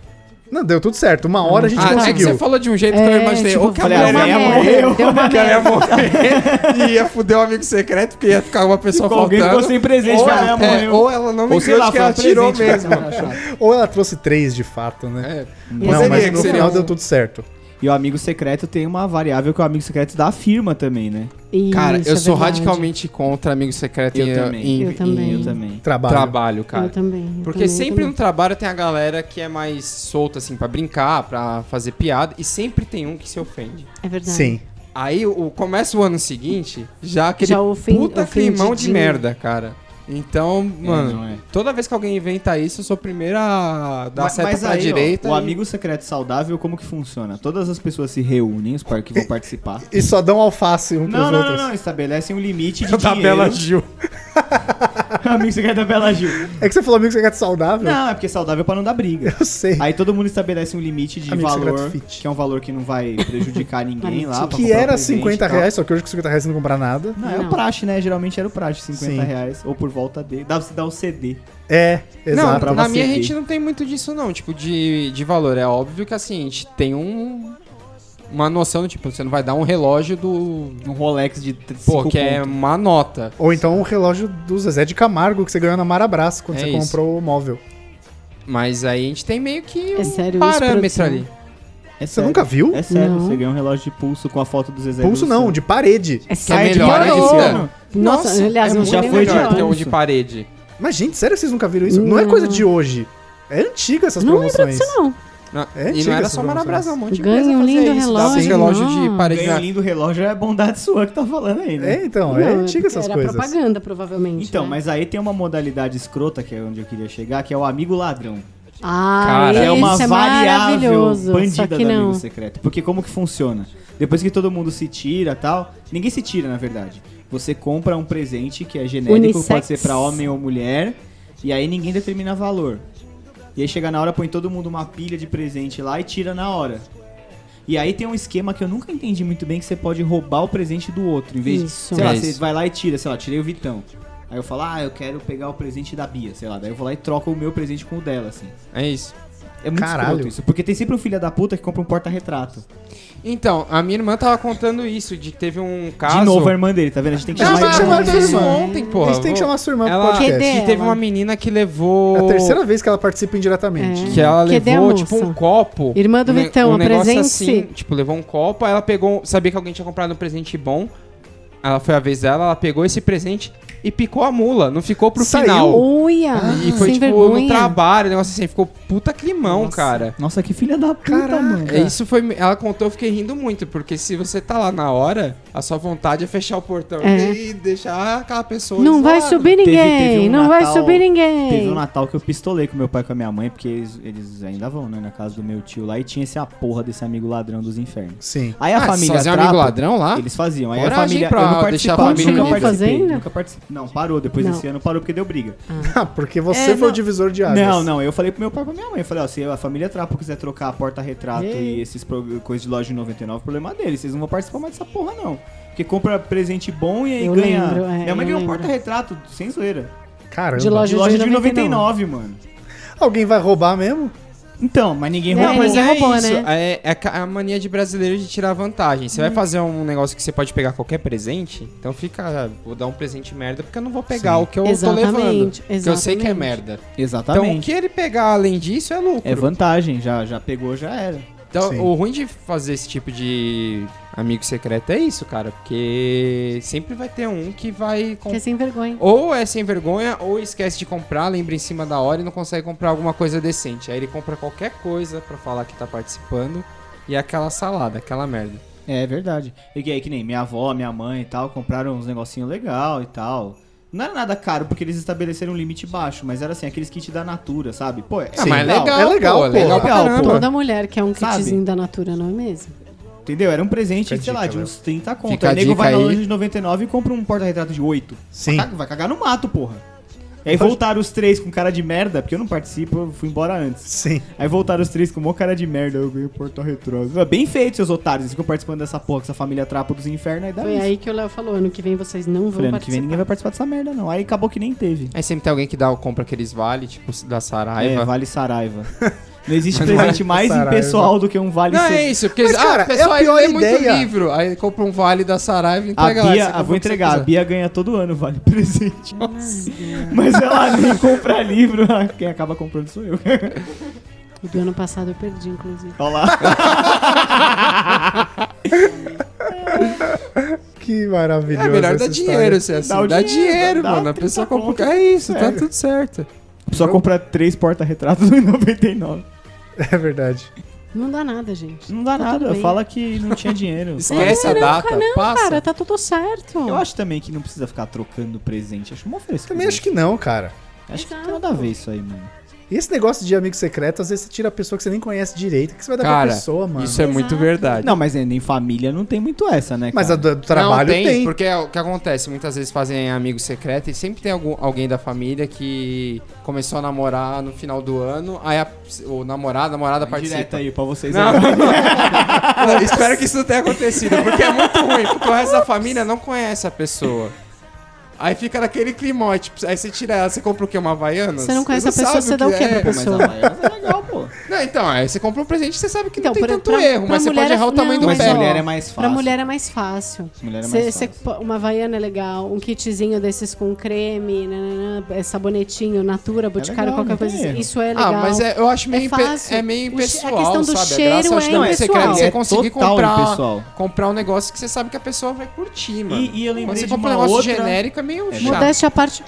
D: não deu tudo certo. Uma hora a gente
A: Ah, é que
D: conseguiu.
A: você falou de um jeito que eu imaginei. ou que a
E: falei,
A: mulher
E: ah,
A: ia
E: amanhã
A: morrer,
E: morreu. "Ah,
C: Deu
E: (laughs)
C: uma
A: (laughs) que ela ia
C: merda.
A: morrer e ia fuder o amigo secreto, porque ia ficar uma pessoa
E: Ficou- alguém ficou
A: faltando.
E: sem presente,
A: ou,
E: cara,
A: ela,
E: ela
A: é,
E: morreu.
A: ou ela não me
E: Ou sei lá,
A: que ela
E: foi um
A: tirou
E: presente,
A: mesmo.
D: Ou ela trouxe três de fato, né?
A: É,
D: Não,
A: Poderia
D: mas
A: que
D: no
A: seria
D: final
A: um-
D: deu tudo certo.
E: E o amigo secreto tem uma variável que o amigo secreto dá a firma também, né?
C: Isso,
A: Cara,
C: é
A: eu sou
C: verdade.
A: radicalmente contra amigo secreto
E: Eu
A: em,
E: também.
A: em-
C: Eu
A: em
C: também.
E: Eu também.
D: Trabalho.
A: trabalho, cara.
C: Eu também. eu
A: Porque
C: também, eu
A: sempre
C: também.
A: no trabalho tem a galera que é mais solta, assim, pra brincar, pra fazer piada, e sempre tem um que se ofende.
C: É verdade.
D: Sim.
A: Aí o, começa o ano seguinte, já aquele
C: Já ofen-
A: puta climão de
C: ofendidinho.
A: merda, cara. Então, mano,
E: não é.
A: toda vez que alguém inventa isso, eu sou o primeiro a dar
E: Mas-
A: seta
E: mas
A: pra
E: aí, ó,
A: direita.
E: o
A: e-
E: amigo secreto saudável, como que funciona? Todas as pessoas se reúnem, os par- que vão (laughs) participar.
D: E só dão alface um pros
E: Não, não, não,
D: outros.
E: não, estabelecem um
A: (laughs)
E: limite
A: (laughs)
E: de
A: da
E: dinheiro.
A: Bela Gil.
E: (laughs) amigo secreto da Bela Gil.
D: É que você falou amigo secreto saudável?
E: Não, é porque saudável é pra não dar briga.
D: Eu sei.
E: Aí todo mundo estabelece um limite de
D: Amigo
E: valor,
D: secreto fit.
E: que é um valor que não vai prejudicar ninguém lá. pra
D: Que
E: comprar
D: era
E: presente e
D: 50
E: tal.
D: reais, só que hoje com 50 reais você não comprar nada.
E: Não, é
C: Não.
E: o praxe, né? Geralmente era o praxe, 50
D: Sim.
E: reais. Ou por volta dele. Dá, você um dá o CD.
D: É,
A: Não,
D: exato.
E: pra
A: na
E: você
A: minha
E: ver.
A: gente não tem muito disso, não, tipo, de, de valor. É óbvio que, assim, a gente tem um... Uma noção, tipo, você não vai dar um relógio do...
E: Um Rolex de 5
A: Pô, que é uma nota.
D: Ou então o relógio do Zezé de Camargo que você ganhou na Marabras quando
A: É
D: você
A: isso.
D: comprou o móvel.
A: Mas aí a gente tem meio que um
C: É sério isso,
A: parâmetro
C: produção?
A: ali.
E: É
D: Você nunca viu?
E: É sério,
C: Não.
E: você ganha um relógio de pulso com a foto do Zezé.
D: Pulso não, de parede.
C: É
A: Que é
C: sério.
E: né,
A: melhor
C: piorou.
A: ainda.
C: Nossa, aliás,
A: é
C: não
A: muito
E: já
C: nem
E: foi
A: melhor
C: melhor.
A: do que um de parede.
D: Mas, gente, sério que vocês nunca viram isso? Não, é coisa de hoje. É antiga essas
C: Não lembro
D: promoções.
C: disso, não.
A: Não,
D: É
A: e
D: antiga
A: não era
D: essa
A: só
D: promoção.
A: Marabras, não, um monte de
C: Ganha
A: empresa
C: um
A: fazia
C: lindo
A: isso, dava uns
D: relógio,
A: relógio
C: não.
D: Ah.
A: de parede.
E: Ganha um
A: na-
E: lindo relógio é bondade (laughs) sua que tá falando aí, né?
D: É, então, é
C: Não,
D: antiga essas
C: era
D: coisas.
C: propaganda, provavelmente.
E: Então,
C: né?
E: mas aí tem uma modalidade escrota, que é onde eu queria chegar, que é o amigo ladrão.
C: Ah,
A: Cara,
C: esse
E: é uma
C: é
E: variável
C: maravilhoso.
E: bandida
C: só
E: do
C: que
E: amigo
C: não.
E: secreto. Porque como que funciona? Depois que todo mundo se tira tal, ninguém se tira, na verdade. Você compra um presente que é genérico,
C: Unissex.
E: pode ser pra homem ou mulher, e aí ninguém determina valor. E aí chega na hora, põe todo mundo uma pilha de presente lá e tira na hora. E aí tem um esquema que eu nunca entendi muito bem que você pode roubar o presente do outro. Em vez
C: Isso.
E: de. Sei lá,
A: É
E: você
A: isso.
E: vai lá e tira, sei lá, tirei o Vitão. Aí eu falo, ah, eu quero pegar o presente da Bia, sei lá. Daí eu vou lá e troco o meu presente com o dela, assim.
A: É isso.
E: É muito
D: Caralho.
E: escroto isso, porque tem sempre um filho da puta que compra um porta-retrato.
A: Então, a minha irmã tava contando isso, de que teve um caso... Ah,
E: De novo a irmã dele, tá vendo? A gente tem que
D: Não,
E: chamar
D: mas
E: a irmã.
D: chamar
A: ela
D: a
A: contou
D: sua
A: isso
D: é irmã.
A: ontem, porra.
D: a gente tem que chamar a sua irmã
A: Ela-
D: pro podcast.
C: Cadê?
A: E teve
C: ela.
A: uma menina que
D: É
A: levou...
D: a terceira vez que ela participa indiretamente.
A: Que ela
C: Cadê a
A: levou,
C: moça?
A: tipo, um copo.
C: Irmã do
A: um ne-
C: Vitão,
A: um negócio
C: apresente-se.
A: assim, tipo, levou um copo, aí ela pegou... Sabia que alguém tinha comprado um presente bom. Ela foi a vez dela, ela pegou esse presente e picou a mula. Não ficou pro
D: Saiu?
A: final.
C: Uia,
A: E foi,
C: Ah, sem
A: tipo,
C: vergonha.
A: no trabalho, o negócio assim, ficou puta climão, cara.
E: Nossa, que filha da puta,
D: Caraca.
E: mano.
A: É, Isso foi. Ela contou, eu fiquei rindo muito, porque se você tá lá na hora, a sua vontade é fechar o portão
C: É.
A: e deixar aquela pessoa.
C: Não
A: isolada.
C: vai subir
E: Teve-
C: ninguém,
E: teve um
C: não vai
E: Natal-
C: subir ninguém.
E: Teve um Natal que eu pistolei com meu pai e com a minha mãe, porque eles, eles ainda vão, né, na casa do meu tio lá, e tinha essa porra desse amigo ladrão dos infernos.
D: Sim.
E: Aí É a
A: Ah,
E: família
A: fazer um
E: Trapa-
A: amigo ladrão lá?
E: Eles faziam. Aí a
A: Coragem
E: família.
A: pra
E: eu não
A: deixar a
E: participava,
A: família
E: nunca
A: Continua
E: participei.
C: fazendo?
E: Nunca participei. Não, parou. Depois
C: Não.
E: desse ano parou porque deu briga.
D: Porque você
E: É,
D: foi o
E: não.
D: divisor de águas.
E: Não, não, eu falei pro meu pai e pra minha mãe. Eu falei, ó, se a família Trapo quiser trocar a porta-retrato e esses pro- coisas de loja de 99, problema deles. Vocês não vão participar mais dessa porra, não. Porque compra presente bom e aí
C: Eu
E: ganha.
C: lembro, é,
E: minha mãe
C: eu
E: ganhou um
C: lembro.
E: porta-retrato, sem zoeira.
D: Caramba.
C: De loja-
E: De loja de 99, mano.
D: Alguém vai roubar mesmo?
E: Então, mas ninguém
C: Não,
E: roubou.
C: mas É, ninguém roubou, né? Uhum.
A: É, é ca- a mania de brasileiro de tirar vantagem. Você vai fazer um negócio que você pode pegar qualquer presente, então fica, ah, vou dar um presente merda porque eu não vou pegar o que eu tô levando.
C: Exatamente,
A: Que eu sei que é
C: exatamente.
A: merda. Então o
E: Exatamente.
A: que ele pegar além disso é lucro.
E: É vantagem, já, já pegou, já era.
A: Então,
D: Sim.
A: o ruim de fazer esse tipo de amigo secreto é isso, cara. Porque sempre vai ter um que vai. com-
C: Que é sem vergonha.
A: Ou é sem vergonha, ou esquece de comprar, lembra em cima da hora e não consegue comprar alguma coisa decente. Aí ele compra qualquer coisa pra falar que tá participando. E é aquela salada, aquela merda.
E: É verdade. E que aí, que nem minha avó, minha mãe e tal, compraram uns negocinhos legal e tal. Não era nada caro, porque eles estabeleceram um limite baixo, mas era assim, aqueles kits da Natura, sabe? Pô, é
A: Ah, mas é legal,
D: é legal,
A: pô.
D: pô.
A: Legal, pra
E: Legal,
A: caramba.
E: pô.
C: Toda mulher quer um
E: Sabe?
C: kitzinho da Natura, não é mesmo?
E: Entendeu? Era um presente,
A: Fica a
E: sei lá,
A: dica, né?
E: de
A: Léo.
E: uns 30 conto.
A: Fica
E: aí o
A: a
E: nego
A: dica
E: vai
A: aí.
E: na loja de 99 e compra um porta-retrato de 8.
D: Sim.
E: Vai, ca- vai cagar no mato, porra. E aí voltaram os três com cara de merda, porque eu não participo, eu fui embora antes.
D: Sim.
E: Aí voltaram os três com mó cara de merda, eu ganhei o porta-retrato. Ah, Bem feito, seus otários. Eles ficam participando dessa porra, com essa família trapa dos infernos, aí dá
C: Foi
E: isso.
C: aí que o Léo falou, ano que vem vocês não vão
E: Falei, É ano
C: participar.
E: que vem ninguém vai participar dessa merda, não. Aí acabou que nem teve.
A: Aí sempre tem alguém que dá, compra aqueles vale, tipo da Saraiva.
E: É,
A: (laughs)
E: vale Saraiva. Não existe presente mais
D: Saraiva.
E: impessoal do que um vale
A: Não, é
E: Saraiva.
A: isso, porque
D: Mas,
A: ah,
D: cara,
A: o pessoal
D: é a
A: aí
D: pior
A: lê
D: ideia.
A: muito livro, aí compra um vale da Saraiva e
E: A
A: entrega lá.
E: Bia,
A: você
E: ah, vou
A: compra o que você
E: entregar, a
A: quiser.
E: Bia ganha todo ano vale (laughs) presente.
C: Ah,
E: Mas ela nem compra livro, (laughs) ah, quem acaba comprando sou eu. (laughs)
C: é. O do ano passado eu perdi, inclusive.
E: Olha lá.
D: Que maravilhoso.
A: É melhor
D: essa
A: dar
D: história.
A: dinheiro, assim, assim,
E: Dá o
A: dá
E: dinheiro,
A: dinheiro,
E: dá
A: mano. A
E: 30
A: pessoa compra.
E: conto.
A: É isso, tá
E: É.
A: tudo certo.
E: Só compra três porta-retratos em 99.
A: assim.
D: (laughs) É verdade.
C: Não dá nada, gente.
E: Não dá
C: Tá tudo
E: nada,
C: bem.
E: fala que não tinha dinheiro.
C: É,
A: Esquece a data, passa.
C: Cara, tá tudo certo.
E: Eu acho também que não precisa ficar trocando presente. Acho uma oferta.
D: Também acho que não, cara.
E: Acho que não
C: Exato.
E: tem nada a ver isso aí, mano.
D: E esse negócio de amigo secreto, às vezes você tira a pessoa que você nem conhece direito. O que você vai dar
A: Cara,
D: pra pessoa, mano?
A: Isso é muito
C: Exato.
A: verdade.
E: Não, mas é, nem família não tem muito essa, né?
D: Mas a
E: cara?
D: do, do trabalho
A: Não,
D: tem.
A: Porque é o que acontece, muitas vezes fazem amigo secreto e sempre tem algum, alguém da família que começou a namorar no final do ano, aí a- o namorado, a namorada
E: Vai direto
A: participa.
E: aí pra vocês.
A: Não.
E: (laughs) agora.
A: (laughs) Não, espero que isso não tenha acontecido, porque é muito ruim, porque o resto da família não conhece a pessoa. Aí fica naquele climote, tipo, aí você tira ela, você compra o quê? Uma Havaianas?
C: Você não conhece a pessoa,
A: sabe
C: você dá o
A: que
C: quê
A: é.
C: pra
E: Mas a
C: pessoa?
E: Havaianas é legal, pô.
A: Não, então, aí você compra um presente você sabe que
C: Então,
A: não tem
C: pra-
A: tanto
C: pra-
A: erro,
C: pra
A: mas você
C: mulher
A: pode
C: é-
A: errar o tamanho
C: não,
A: do
C: mas
A: pé.
C: ó,
E: Mulher é mais fácil.
C: Pra mulher é mais fácil.
E: Mulher é mais
C: Cê-
E: fácil.
C: cê- pô, uma vaiana é legal, um kitzinho desses com creme, nananã, é sabonetinho, natura, boticário,
E: legal,
C: qualquer
E: não
C: coisa
E: tem
C: assim.
E: erro.
C: Isso é legal.
A: Ah, mas é- eu acho meio,
C: É
A: impe-
C: fácil.
A: é meio
C: O che- a
A: impessoal,
C: questão do
A: sabe?
C: cheiro
A: a graça, acho
C: é
A: que não
C: impessoal.
A: secreto, você
E: É
A: conseguir
E: total impessoal.
A: comprar, comprar um negócio que você sabe que a pessoa vai curtir, mano.
E: e eu lembrei
A: Quando você
E: de
A: compra um
E: uma
A: negócio
E: outra-
A: genérico é meio chato.
C: Modéstia à parte.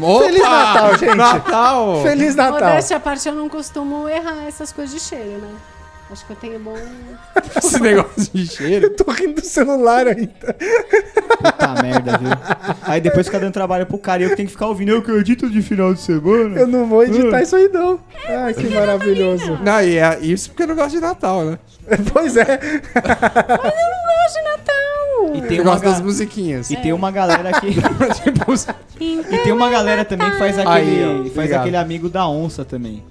A: Opa!
D: Feliz
A: (laughs)
D: Natal, gente!
A: Natal!
D: Feliz Natal.
C: Modéstia à parte, eu não costumo errar essas coisas de cheiro, né? Acho que eu tenho bom.
A: Esse negócio de cheiro.
D: Eu (laughs) tô rindo do celular ainda.
E: Puta (laughs) merda, viu? Aí depois fica dando trabalho pro cara e eu que tenho que ficar ouvindo. Eu que edito de final de semana.
D: Eu não vou
A: Hum.
D: editar isso aí, não. Ai, que maravilhoso.
A: Não, e é isso porque eu não gosto de Natal, né?
D: (laughs) Pois é.
C: Mas eu não gosto de
E: E
C: Natal!
E: tem
A: eu
E: uma,
A: gosto
E: ga-
A: das musiquinhas.
E: e tem uma galera (laughs) que.
A: (laughs) Tipo,
C: Então,
E: e tem uma galera também que faz aquele,
A: Aí, ó,
E: faz
A: obrigado.
E: aquele amigo da onça também.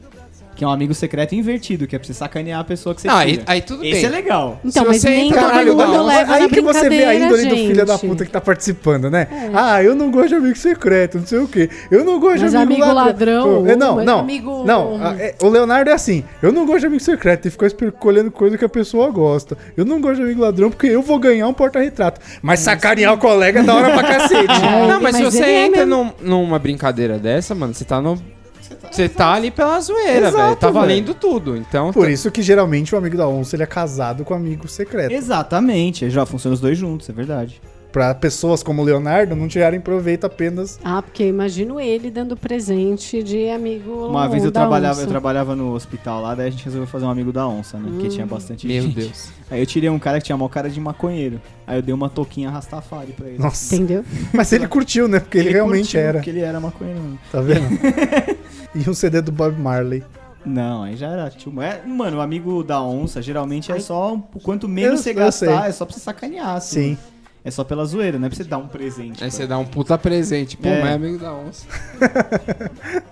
E: Que é um amigo secreto invertido, que é pra você sacanear a pessoa que você
A: não, Ah, aí,
E: tira.
A: aí tudo
E: Esse
A: bem.
E: é legal.
C: Então,
A: Se
C: mas
A: você
C: nem
A: entra- Caralho,
C: todo
A: não.
C: mundo leva
D: é aí
C: na
D: que você vê a
C: brincadeira,
D: índole do filho da
C: gente. É.
D: puta que tá participando, né? Ah, eu não gosto de amigo secreto, não sei o quê. Eu não gosto
C: Mas
D: de amigo,
C: amigo ladrão,
D: É, não,
C: mas
D: não.
C: amigo-
D: Não, a- é, o Leonardo é assim. Eu não gosto de amigo secreto e fica escolhendo coisa que a pessoa gosta. Eu não gosto de amigo ladrão porque eu vou ganhar um porta-retrato. Mas sacanear o colega
C: (laughs)
D: é da
E: né,
D: hora pra
A: (laughs)
D: cacete.
C: É,
A: Não, mas, se
C: mas
A: você
C: ele é
A: entra
C: mesmo.
A: num- numa brincadeira dessa, mano, você tá no. Você tá ali pela zoeira,
D: Exato,
A: velho. Tá
D: velho.
A: valendo tudo. Então,
D: Por isso que geralmente o amigo da onça ele é casado com o amigo secreto.
E: Exatamente, já funciona os dois juntos, é verdade.
D: Pra pessoas como o Leonardo não tirarem proveito apenas.
C: Ah, porque eu imagino ele dando presente de amigo.
E: Uma vez eu
C: Oh, da
E: trabalhava,
C: onça.
E: eu trabalhava no hospital lá, daí a gente resolveu fazer um amigo da onça, né? Porque tinha
C: Hum.
E: bastante
A: meu
E: gente.
A: Deus.
E: Aí eu tirei um cara que tinha mó cara de maconheiro. Aí eu dei uma touquinha rastafari pra ele.
D: Nossa.
C: Entendeu?
D: Mas ele curtiu, né? Porque ele, realmente
E: curtiu
D: era.
E: Que ele era maconheiro. mesmo.
D: Tá vendo? (laughs) e um CD do Bob Marley.
E: Não, aí já era tipo. É, mano, o amigo da onça geralmente é só. um- O quanto
D: Eu-
E: menos você
D: eu
E: gastar,
D: sei.
E: é só pra você sacanear. Assim.
D: Sim.
E: É só pela zoeira, não é pra você dar um presente.
A: Aí
E: pra-
A: você dá um puta presente. Pô,
E: É.
A: mas é amigo da onça. (laughs)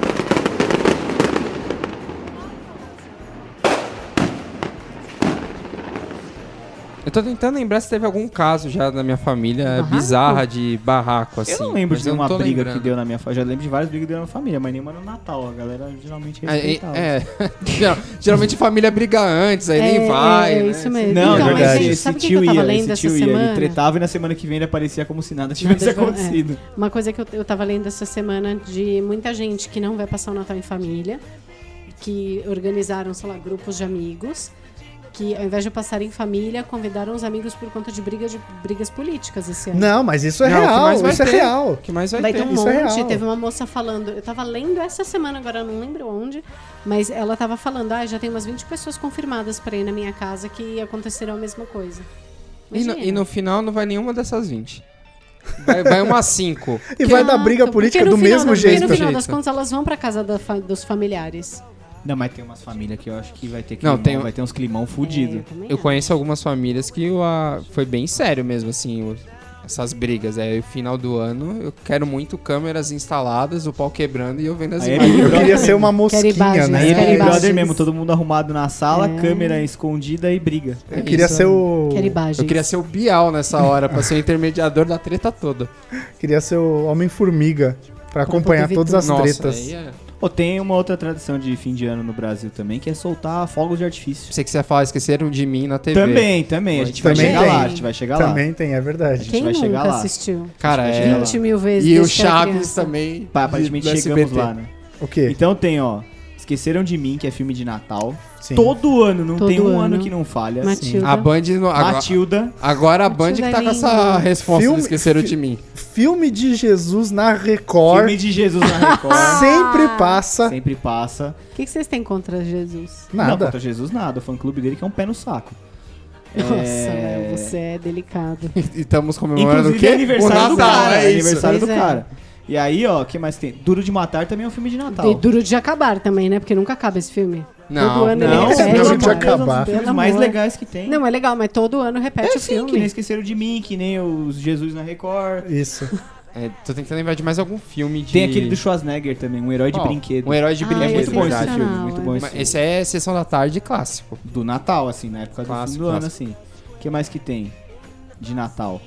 A: Eu tô tentando lembrar se teve algum caso já da minha família
C: Barraco?
A: bizarra de barraco, assim.
E: eu não lembro
A: mas
E: de
A: eu
E: uma
A: tô
E: briga
A: lembrando.
E: que deu na minha família. Já lembro de várias brigas que deu na minha família, mas nenhuma no Natal. A galera geralmente
A: É, é,
E: respeitava.
A: é. (laughs) Geral- geralmente a família briga antes, aí nem vai.
C: É
A: né?
C: isso mesmo.
E: Não,
C: então,
E: é verdade.
C: mas gente,
E: esse
C: sabe o que, que
E: tio
C: eu tava
E: ia,
C: lendo
E: esse
C: essa
E: tio ia. Ele
C: semana?
E: tretava e na semana que vem ele aparecia como se nada tivesse
C: Nada-
E: acontecido.
C: Uma coisa que eu, eu tava lendo essa semana de muita gente que não vai passar o Natal em família, que organizaram, sei lá, grupos de amigos, que ao invés de passar em família, convidaram os amigos por conta de, briga de brigas políticas esse ano.
D: Não, mas isso é
A: Não, o que
D: real.
A: mais vai
D: Isso é
A: ter?
D: real.
A: O que mais vai,
C: Vai
A: ter?
C: ter um
D: isso
C: monte.
D: é real.
C: Teve uma moça falando, eu tava lendo essa semana agora, eu não lembro onde, mas ela tava falando, ah, já tem umas 20 pessoas confirmadas pra ir na minha casa que acontecerá a mesma coisa.
E: um
A: E no,
C: Imagina.
A: e no final não vai nenhuma dessas 20. Vai, vai umas 5.
D: E vai dar briga
C: Exato,
D: política
C: é porque no
D: do
C: final
D: mesmo
C: das- porque
D: jeito.
C: no final das
A: Jeito.
C: contas, elas vão pra casa da fa- dos familiares.
E: Não, mas tem umas famílias que eu acho que vai ter
A: Não,
E: climão,
A: tem- um-
E: vai ter uns climão
C: É,
E: fudido.
C: também
A: Eu
C: acho.
A: conheço algumas famílias que o- a- foi bem sério mesmo, assim, o- essas brigas. É, final do ano, eu quero muito câmeras instaladas, o pau quebrando e eu vendo as
E: Aí é
A: imagens.
D: Eu queria ser uma
C: imagens,
D: mosquinha,
E: Aí é
C: quero
E: Big
D: né?
C: imagens.
E: Brother mesmo, todo mundo arrumado na sala,
C: É.
E: câmera escondida e briga.
D: Eu queria
A: Isso.
D: ser o.
C: Quero imagens.
A: Eu queria ser o Bial nessa hora, pra ser o intermediador da treta toda.
D: Queria ser o Homem-Formiga. Pra acompanhar
C: poder
D: todas
C: ver
D: as
A: Nossa,
D: tretas.
A: aí é-
E: Pô, tem uma outra tradição de fim de ano no Brasil também, que é soltar fogos de artifício.
A: Pensei que você ia falar, esqueceram de mim na TV.
E: Também, também. A gente vai
D: Também
E: chegar
D: tem.
E: lá, a gente vai chegar lá.
D: Também tem, é verdade.
C: Quem
E: vai
C: nunca
E: chegar lá.
C: assistiu?
A: Cara,
E: Acho que
A: é.
C: 20 mil vezes.
A: E o
C: desde que era
A: Chaves
C: criança.
A: também.
E: Pá, aparentemente
A: do
E: chegamos
A: SBT.
E: lá, né?
D: O quê?
E: Então tem, ó. Esqueceram de mim, que é filme de Natal.
D: Sim.
E: Todo ano, não
C: Todo
E: tem um ano
C: ano.
E: que não falha.
C: Matilda.
A: assim, A Band. no- Agora,
E: Matilda.
A: agora a Band que
C: Matilda
A: tá
C: é
A: com essa
C: linda.
A: resposta
D: Filme-
A: do Esqueceram de mim. (laughs)
D: Filme de Jesus na Record.
E: Filme de Jesus na Record.
D: Sempre passa.
E: sempre passa.
C: O que que vocês têm contra Jesus?
E: Não,
D: Nada.
E: contra Jesus nada. O fã-clube dele que é um pé no saco.
A: É.
C: Nossa, Léo, você é delicado.
A: E estamos comemorando
E: Inclusive,
A: o quê?
E: é aniversário
A: o
E: do cara.
A: é
E: é
A: isso.
E: aniversário do
C: Pois é.
E: cara. E aí, ó, o que mais tem? Duro de Matar também é um filme de Natal.
A: Então.
C: E duro de acabar também, né? Porque nunca acaba esse filme.
A: Não,
C: Todo ano
E: Não,
C: ele tá
D: esse
C: repete.
E: pelo
D: filme de
E: amor de Deus, é um
D: acabar.
E: dos filmes
C: Pelo
E: mais
C: amor.
E: legais que tem.
C: Não, é legal, mas todo ano repete
E: é
C: o
E: sim, que nem
C: filme.
E: Esqueceram de Mim, que nem os Jesus na Record.
D: Isso.
A: É, tô tentando lembrar de mais algum filme de.
E: Tem aquele do Schwarzenegger também, um herói de
A: Ó,
E: brinquedo.
A: Um herói de
C: Ah,
A: brinquedo.
E: É muito bom esse
C: Sensacional,
E: filme, muito bom
C: é
E: esse
A: Mas
E: filme.
A: Esse é Sessão da Tarde clássico.
E: do Natal, assim, na época
A: Clássico,
E: do fim do
A: clássico.
E: ano, assim. O que mais que tem de Natal?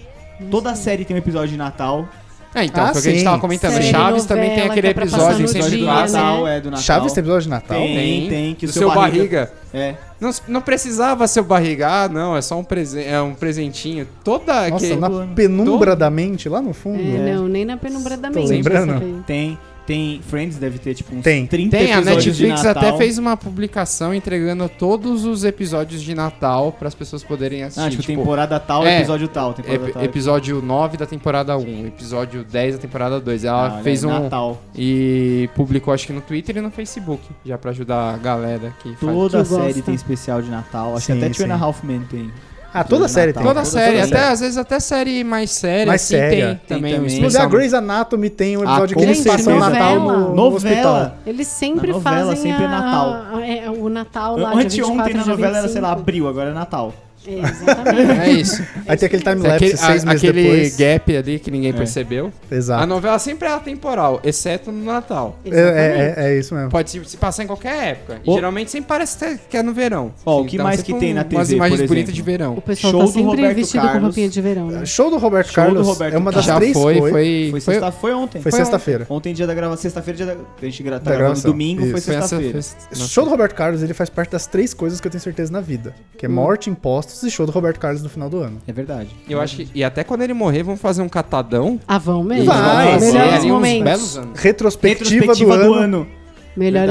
E: Toda série tem um episódio de Natal.
A: É, então,
D: Ah,
A: foi o que a gente
D: sim.
A: tava comentando.
C: Série,
A: Chaves também tem
C: novela,
A: aquele
C: que é pra
E: Passar
A: episódio,
C: no
A: episódio
E: do
C: dia, né?
A: clássico.
E: Natal, é do Natal.
D: Chaves tem episódio de Natal?
E: Tem. que o
A: Do
E: seu
A: seu
E: barriga-
A: barriga.
E: É.
A: Não, não precisava seu barriga. Ah, não, é só um, presen é um presentinho. Toda
D: Nossa,
A: aquele.
D: na penumbra da mente, lá no fundo.
C: É, não, nem na penumbra da
D: Tô
C: mente.
D: lembrando.
C: dessa vez.
E: Tem. Tem. Friends deve ter, tipo, uns
D: Tem.
E: 30
A: Tem, a
E: episódios de
A: Netflix
E: Natal.
A: até fez uma publicação entregando todos os episódios de Natal para as pessoas poderem assistir.
E: Ah, tipo,
A: Tipo,
E: temporada tal,
A: é.
E: episódio tal. Temporada tá.
A: ep-
E: tal.
A: episódio 9 da temporada 1, episódio 10 da temporada 2.
E: Ah,
A: Ela
E: olha,
A: fez um
E: Natal.
A: e publicou acho que no Twitter e no Facebook, já para ajudar a galera que faz.
E: Toda
C: Que eu
E: série
C: gosto.
E: tem especial de Natal. Acho
D: Sim,
E: que até Two and a
D: sim.
E: Half Men tem.
D: Ah, toda
E: de
D: série
E: Natal.
D: tem.
A: Toda
E: Toda
A: série,
E: série.
A: até às vezes até série mais séria,
D: Mais
A: assim,
D: séria.
A: tem também.
E: Tem
A: um
E: também.
D: Inclusive, é a
A: especial.
D: Grey's Anatomy tem um
E: Ah,
D: episódio
E: com
D: que eles
C: certeza.
D: passam o Natal no, no hospital.
E: Novela.
C: Eles sempre
E: Na novela,
C: fazem
E: sempre é
C: a-
E: Natal.
C: a- é, o Natal lá de 24
E: Anteontem né, na
C: dia
E: novela era,
C: 25.
E: sei lá, abril, agora é Natal.
C: É, exatamente.
A: (laughs) É isso.
D: Aí tem aquele
A: Aquele,
D: time-lapse seis
A: a-
D: meses
A: aquele
D: depois. Tá.
A: gap ali que ninguém
E: É.
A: percebeu. A
D: Exato.
A: novela sempre é atemporal, exceto no Natal.
D: É, (laughs) é,
C: Exatamente.
D: é- é isso mesmo.
A: Pode se, se passar em qualquer época. E
E: Ô.
A: geralmente sempre parece ter- que é no verão.
E: Ó, o
A: Assim,
E: que
A: dá
E: mais
A: sempre
E: que tem na
A: Umas
E: TV,
A: imagens
E: por
A: bonitas
E: exemplo?
A: de verão.
C: O pessoal
E: Show
C: tá
E: do
C: sempre
E: Roberto
C: vestido
E: Carlos.
C: com roupinha de verão, né?
D: Show do Roberto
E: Show do
D: Carlos
E: Roberto
D: é uma das
A: Já
D: três
A: foi, foi, foi,
E: Foi sexta foi ontem.
D: Foi
A: Foi
D: sexta-feira.
E: Ontem dia da gravação, sexta-feira dia da... A gente gra... tá
D: Da
E: gravando
D: gravação,
E: domingo,
D: isso.
E: foi
A: Foi essa
E: sexta-feira.
A: festa-
D: Esse
A: um- Nossa.
D: show do Roberto Carlos, ele faz parte das três coisas que eu tenho certeza na vida. Que
A: Hum.
D: é morte, impostos e show do Roberto Carlos no final do ano.
E: É verdade.
A: Eu acho que. E até quando ele morrer, vamos fazer um catadão.
C: Ah, vão mesmo.
D: Vai,
A: Nossa,
D: vai.
C: Melhores
A: ali uns
C: momentos.
A: belos anos.
D: Retrospectiva, do, ano.
C: Melhores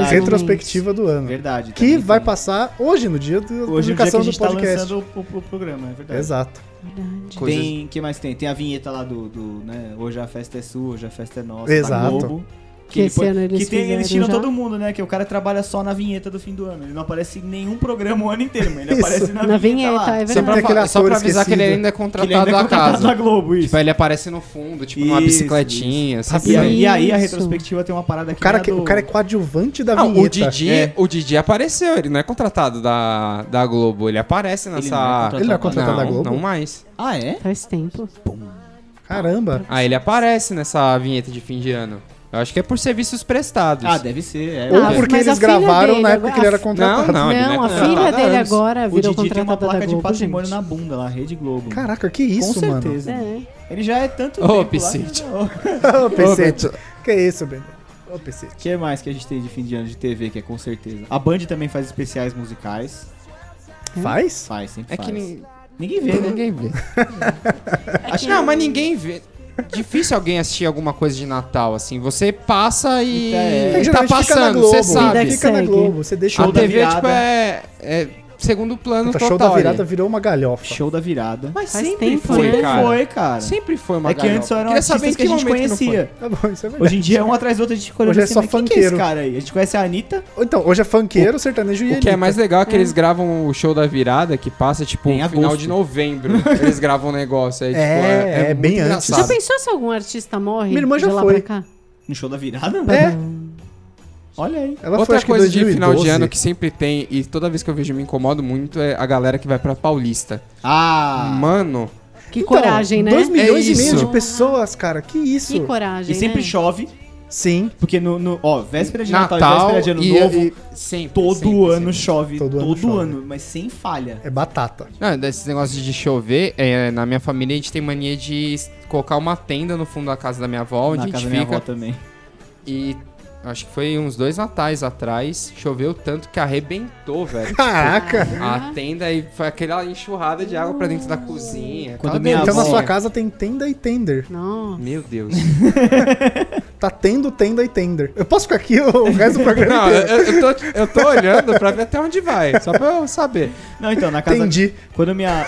E: Verdade.
C: momentos.
D: Retrospectiva do ano.
E: Verdade.
D: Que
E: também
D: vai
E: tem.
D: passar hoje, no dia da
E: Hoje é o dia que
D: publicação
E: a gente
D: do
E: tá
D: podcast.
E: lançando o, o- o programa, é verdade.
D: Exato.
C: Verdade.
A: Coisas-
E: Tem, que mais tem? Tem a vinheta lá do, do, né? Hoje a festa é sua, hoje a festa é nossa.
D: Exato.
E: Da Globo.
C: Que esse ano eles
E: que tem, eles
C: fizeram
E: tiram
C: já.
E: todo mundo, né? Que o cara trabalha só na vinheta do fim do ano. Ele não aparece em nenhum programa o ano inteiro,
D: (laughs)
E: mas ele
D: Isso.
E: aparece na,
C: Na
E: vinheta,
C: vinheta,
E: Tá lá.
C: é
A: Só
C: verdade.
A: pra,
D: Tem aquele
A: fa- só pra
D: ator
A: avisar que ele
D: esquecido.
A: ainda é
E: Que ele
A: contratado
E: ainda é
A: da
E: contratado da
A: casa.
E: Globo, isso.
A: Tipo, ele aparece no fundo, tipo, numa
E: Isso,
A: bicicletinha, sabe?
E: E aí, e aí a
C: Isso.
E: retrospectiva tem uma parada
D: é O
E: aqui.
D: cara,
E: né,
D: que,
E: do-
D: o cara é coadjuvante da
A: Ah,
D: vinheta.
A: o Didi,
E: É.
A: o Didi apareceu, ele não é contratado da, da Globo, ele aparece nessa.
E: Ele não é contratado.
D: Ele não é contratado da
A: Não,
D: Globo?
A: não mais.
E: Ah, é?
C: Faz Tá tempo.
D: Caramba.
A: Ah, ele aparece nessa vinheta de fim de ano. Eu acho que é por serviços prestados.
E: Ah, deve ser. É,
D: Ou
C: Ah,
D: porque
C: mas a
D: eles
C: filha
D: gravaram
C: dele
D: na época
C: agora-
D: que ele era
C: Não,
D: contratado.
A: não, ele
C: Não,
A: não
C: a
A: é
C: filha
A: contratada
C: dele
A: antes.
C: agora
E: O
C: virou
E: Didi tem uma
C: contratada da
E: placa de
C: Globo,
E: patrimônio
C: gente.
E: na bunda lá, Rede Globo.
D: Caraca, que isso,
E: Com
D: mano?
E: certeza.
C: É.
E: Ele já é tanto
A: Ô,
E: tempo lá
A: Piscite.
E: que- Ô.
D: (laughs) Ô, Pecete. Que isso, Bento? Ô, Pecete.
E: O que mais que a gente tem de fim de ano de TV, que é com certeza? A Band também faz especiais musicais.
D: Faz?
E: Faz, sempre
A: É
E: faz.
A: que ninguém,
E: Ninguém
A: (laughs)
E: vê, né?
A: ninguém vê. não, mas ninguém vê. Difícil alguém assistir alguma coisa de Natal, assim. Você passa e,
E: É,
A: e tá
D: geralmente fica na
A: passando,
D: Globo.
A: você sabe.
C: Deve
D: Fica na
C: Segue.
D: Globo. Você deixa
A: A
E: Show da
A: TV,
E: virada.
A: tipo, é, é segundo plano
D: Puta,
A: total.
D: show da
A: ali.
D: virada virou uma galhofa.
E: Show da virada.
A: Mas
C: Faz
A: sempre
C: tempo,
A: foi,
C: né?
A: cara.
E: Foi, cara.
A: Sempre foi uma
E: é que antes
A: galhofa.
E: eram
A: Queria saber em
E: artistas que a gente
A: momento não foi.
E: conhecia.
D: Tá bom, isso é verdade.
E: Hoje em dia, um atrás do outro, a gente ficou
D: Hoje é
E: assim,
D: só
E: mas quem que é esse
D: funkeiro.
E: cara aí? A gente conhece a Anitta,
D: Ou Então, hoje é funkeiro, sertanejo e
A: O que é
D: Anitta.
A: mais legal é que eles gravam o show da virada, que passa, tipo,
E: Em
A: no final
E: agosto.
A: de novembro. eles gravam um negócio. Aí, tipo,
D: É, é
A: muito
D: bem antes.
A: engraçado.
C: Já pensou se algum artista morre
D: Minha irmã já
C: de lá
D: foi.
C: pra cá?
E: no show da virada? né?
D: É,
E: Olha aí.
D: ela foi
A: Outra
D: acho que
A: coisa de
D: 2012.
A: final de ano que sempre tem, e toda vez que eu vejo me incomodo muito, é a galera que vai pra Paulista.
E: Ah!
A: Mano,
C: Que
D: Então,
C: coragem, né?
D: 2 milhões
A: É
D: e meio
A: isso.
D: de pessoas, cara. Que isso?
C: Que coragem,
E: e sempre
C: né?
E: chove,
D: Sim.
E: porque no, no- ó, véspera de Natal,
A: Natal,
E: e véspera de Ano
A: e- é-
E: Novo,
A: e- sempre,
E: todo
A: sempre,
E: ano
A: sempre.
E: chove.
D: Todo
E: Todo,
D: ano chove.
E: ano, mas sem falha.
D: É batata.
A: Não, desses negócios de chover, é, na minha família a gente tem mania de s- colocar uma tenda no fundo da casa da minha avó, É onde
E: Na
A: a gente
E: casa da minha avó
A: fica.
E: também.
A: E acho que foi uns dois natais atrás, choveu tanto que arrebentou, velho.
D: Caraca.
A: A tenda e foi aquela enxurrada de água pra dentro da cozinha.
E: Quando
A: aquela
E: minha
D: Então na
E: avó-
D: sua casa tem tenda e tender.
C: Nossa.
A: Meu
E: (laughs)
A: Deus.
D: Tá tendo tenda e tender. Eu posso ficar aqui o resto do programa
A: Não,
D: inteiro?
A: eu, eu tô, eu tô olhando pra ver até onde vai, só pra eu saber.
E: Não, então, na casa...
D: Entendi.
E: Quando minha...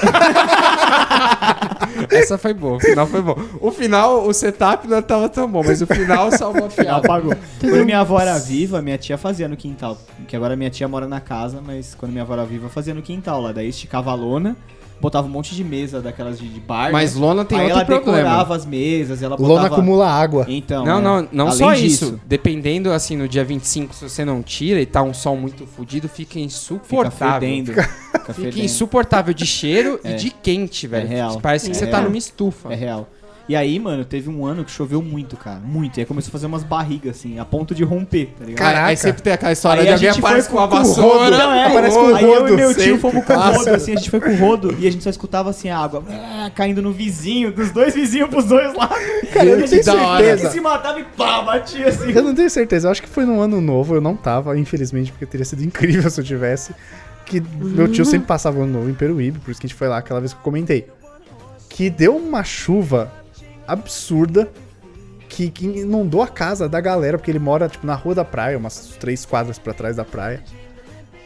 A: Essa foi boa, o final foi bom. O final, o setup não tava tão bom, mas o final salvou a
E: Ela
A: piada.
E: apagou. Quando minha avó era viva, minha tia fazia no quintal. Que agora minha tia mora na casa, mas quando minha avó era viva, fazia no quintal lá. Daí esticava a lona, botava um monte de mesa daquelas de, de bar.
A: Mas
E: né?
A: lona tem
E: Aí
A: outro
E: ela
A: problema.
E: decorava as mesas, ela botava...
D: Lona acumula água.
E: Então,
A: Não,
E: é.
A: não, não
E: Além
A: só
E: disso,
A: isso. Dependendo, assim, no dia 25, se você não tira e tá um sol muito fudido, fica
E: Fica
A: insuportável.
E: fedendo. Fica
A: Fica
E: fedendo.
A: insuportável de
E: (laughs)
A: cheiro
E: É.
A: e de quente, velho.
E: real.
A: Parece que
E: É
A: você tá
E: real.
A: numa estufa.
E: É real. E aí, mano, teve um ano que choveu muito, cara. Muito. E aí começou a fazer umas barrigas, assim, a ponto de romper, tá ligado?
A: Cara,
D: Caraca.
A: Aí sempre tem aquela história
E: Aí
A: de
E: a
A: alguém
E: gente
A: aparece
E: foi
A: com a
E: com o
A: vassoura.
E: rodo. Não, é,
D: Aparece com o
E: Aí eu e
D: rodo,
E: meu tio
D: sempre
E: fomos com o rodo,
D: passa.
E: assim, a gente foi com o rodo e a gente só escutava assim a água ah, caindo no vizinho, dos dois vizinhos pros dois lados.
D: Cara, eu
E: E
D: não
E: a
D: tenho
E: gente
A: da hora.
E: que
D: certeza.
E: se matava e pá, batia assim.
D: (laughs) Eu não tenho certeza. Eu acho que foi num ano novo. Eu não tava, infelizmente, porque teria sido (laughs) incrível se eu tivesse. Que meu tio sempre passava o ano novo em Peruíbe, por isso que a gente foi lá aquela vez que eu comentei. Que deu uma chuva absurda que, que inundou a casa da galera, porque ele mora, tipo, na rua da praia, umas três quadras pra trás da praia.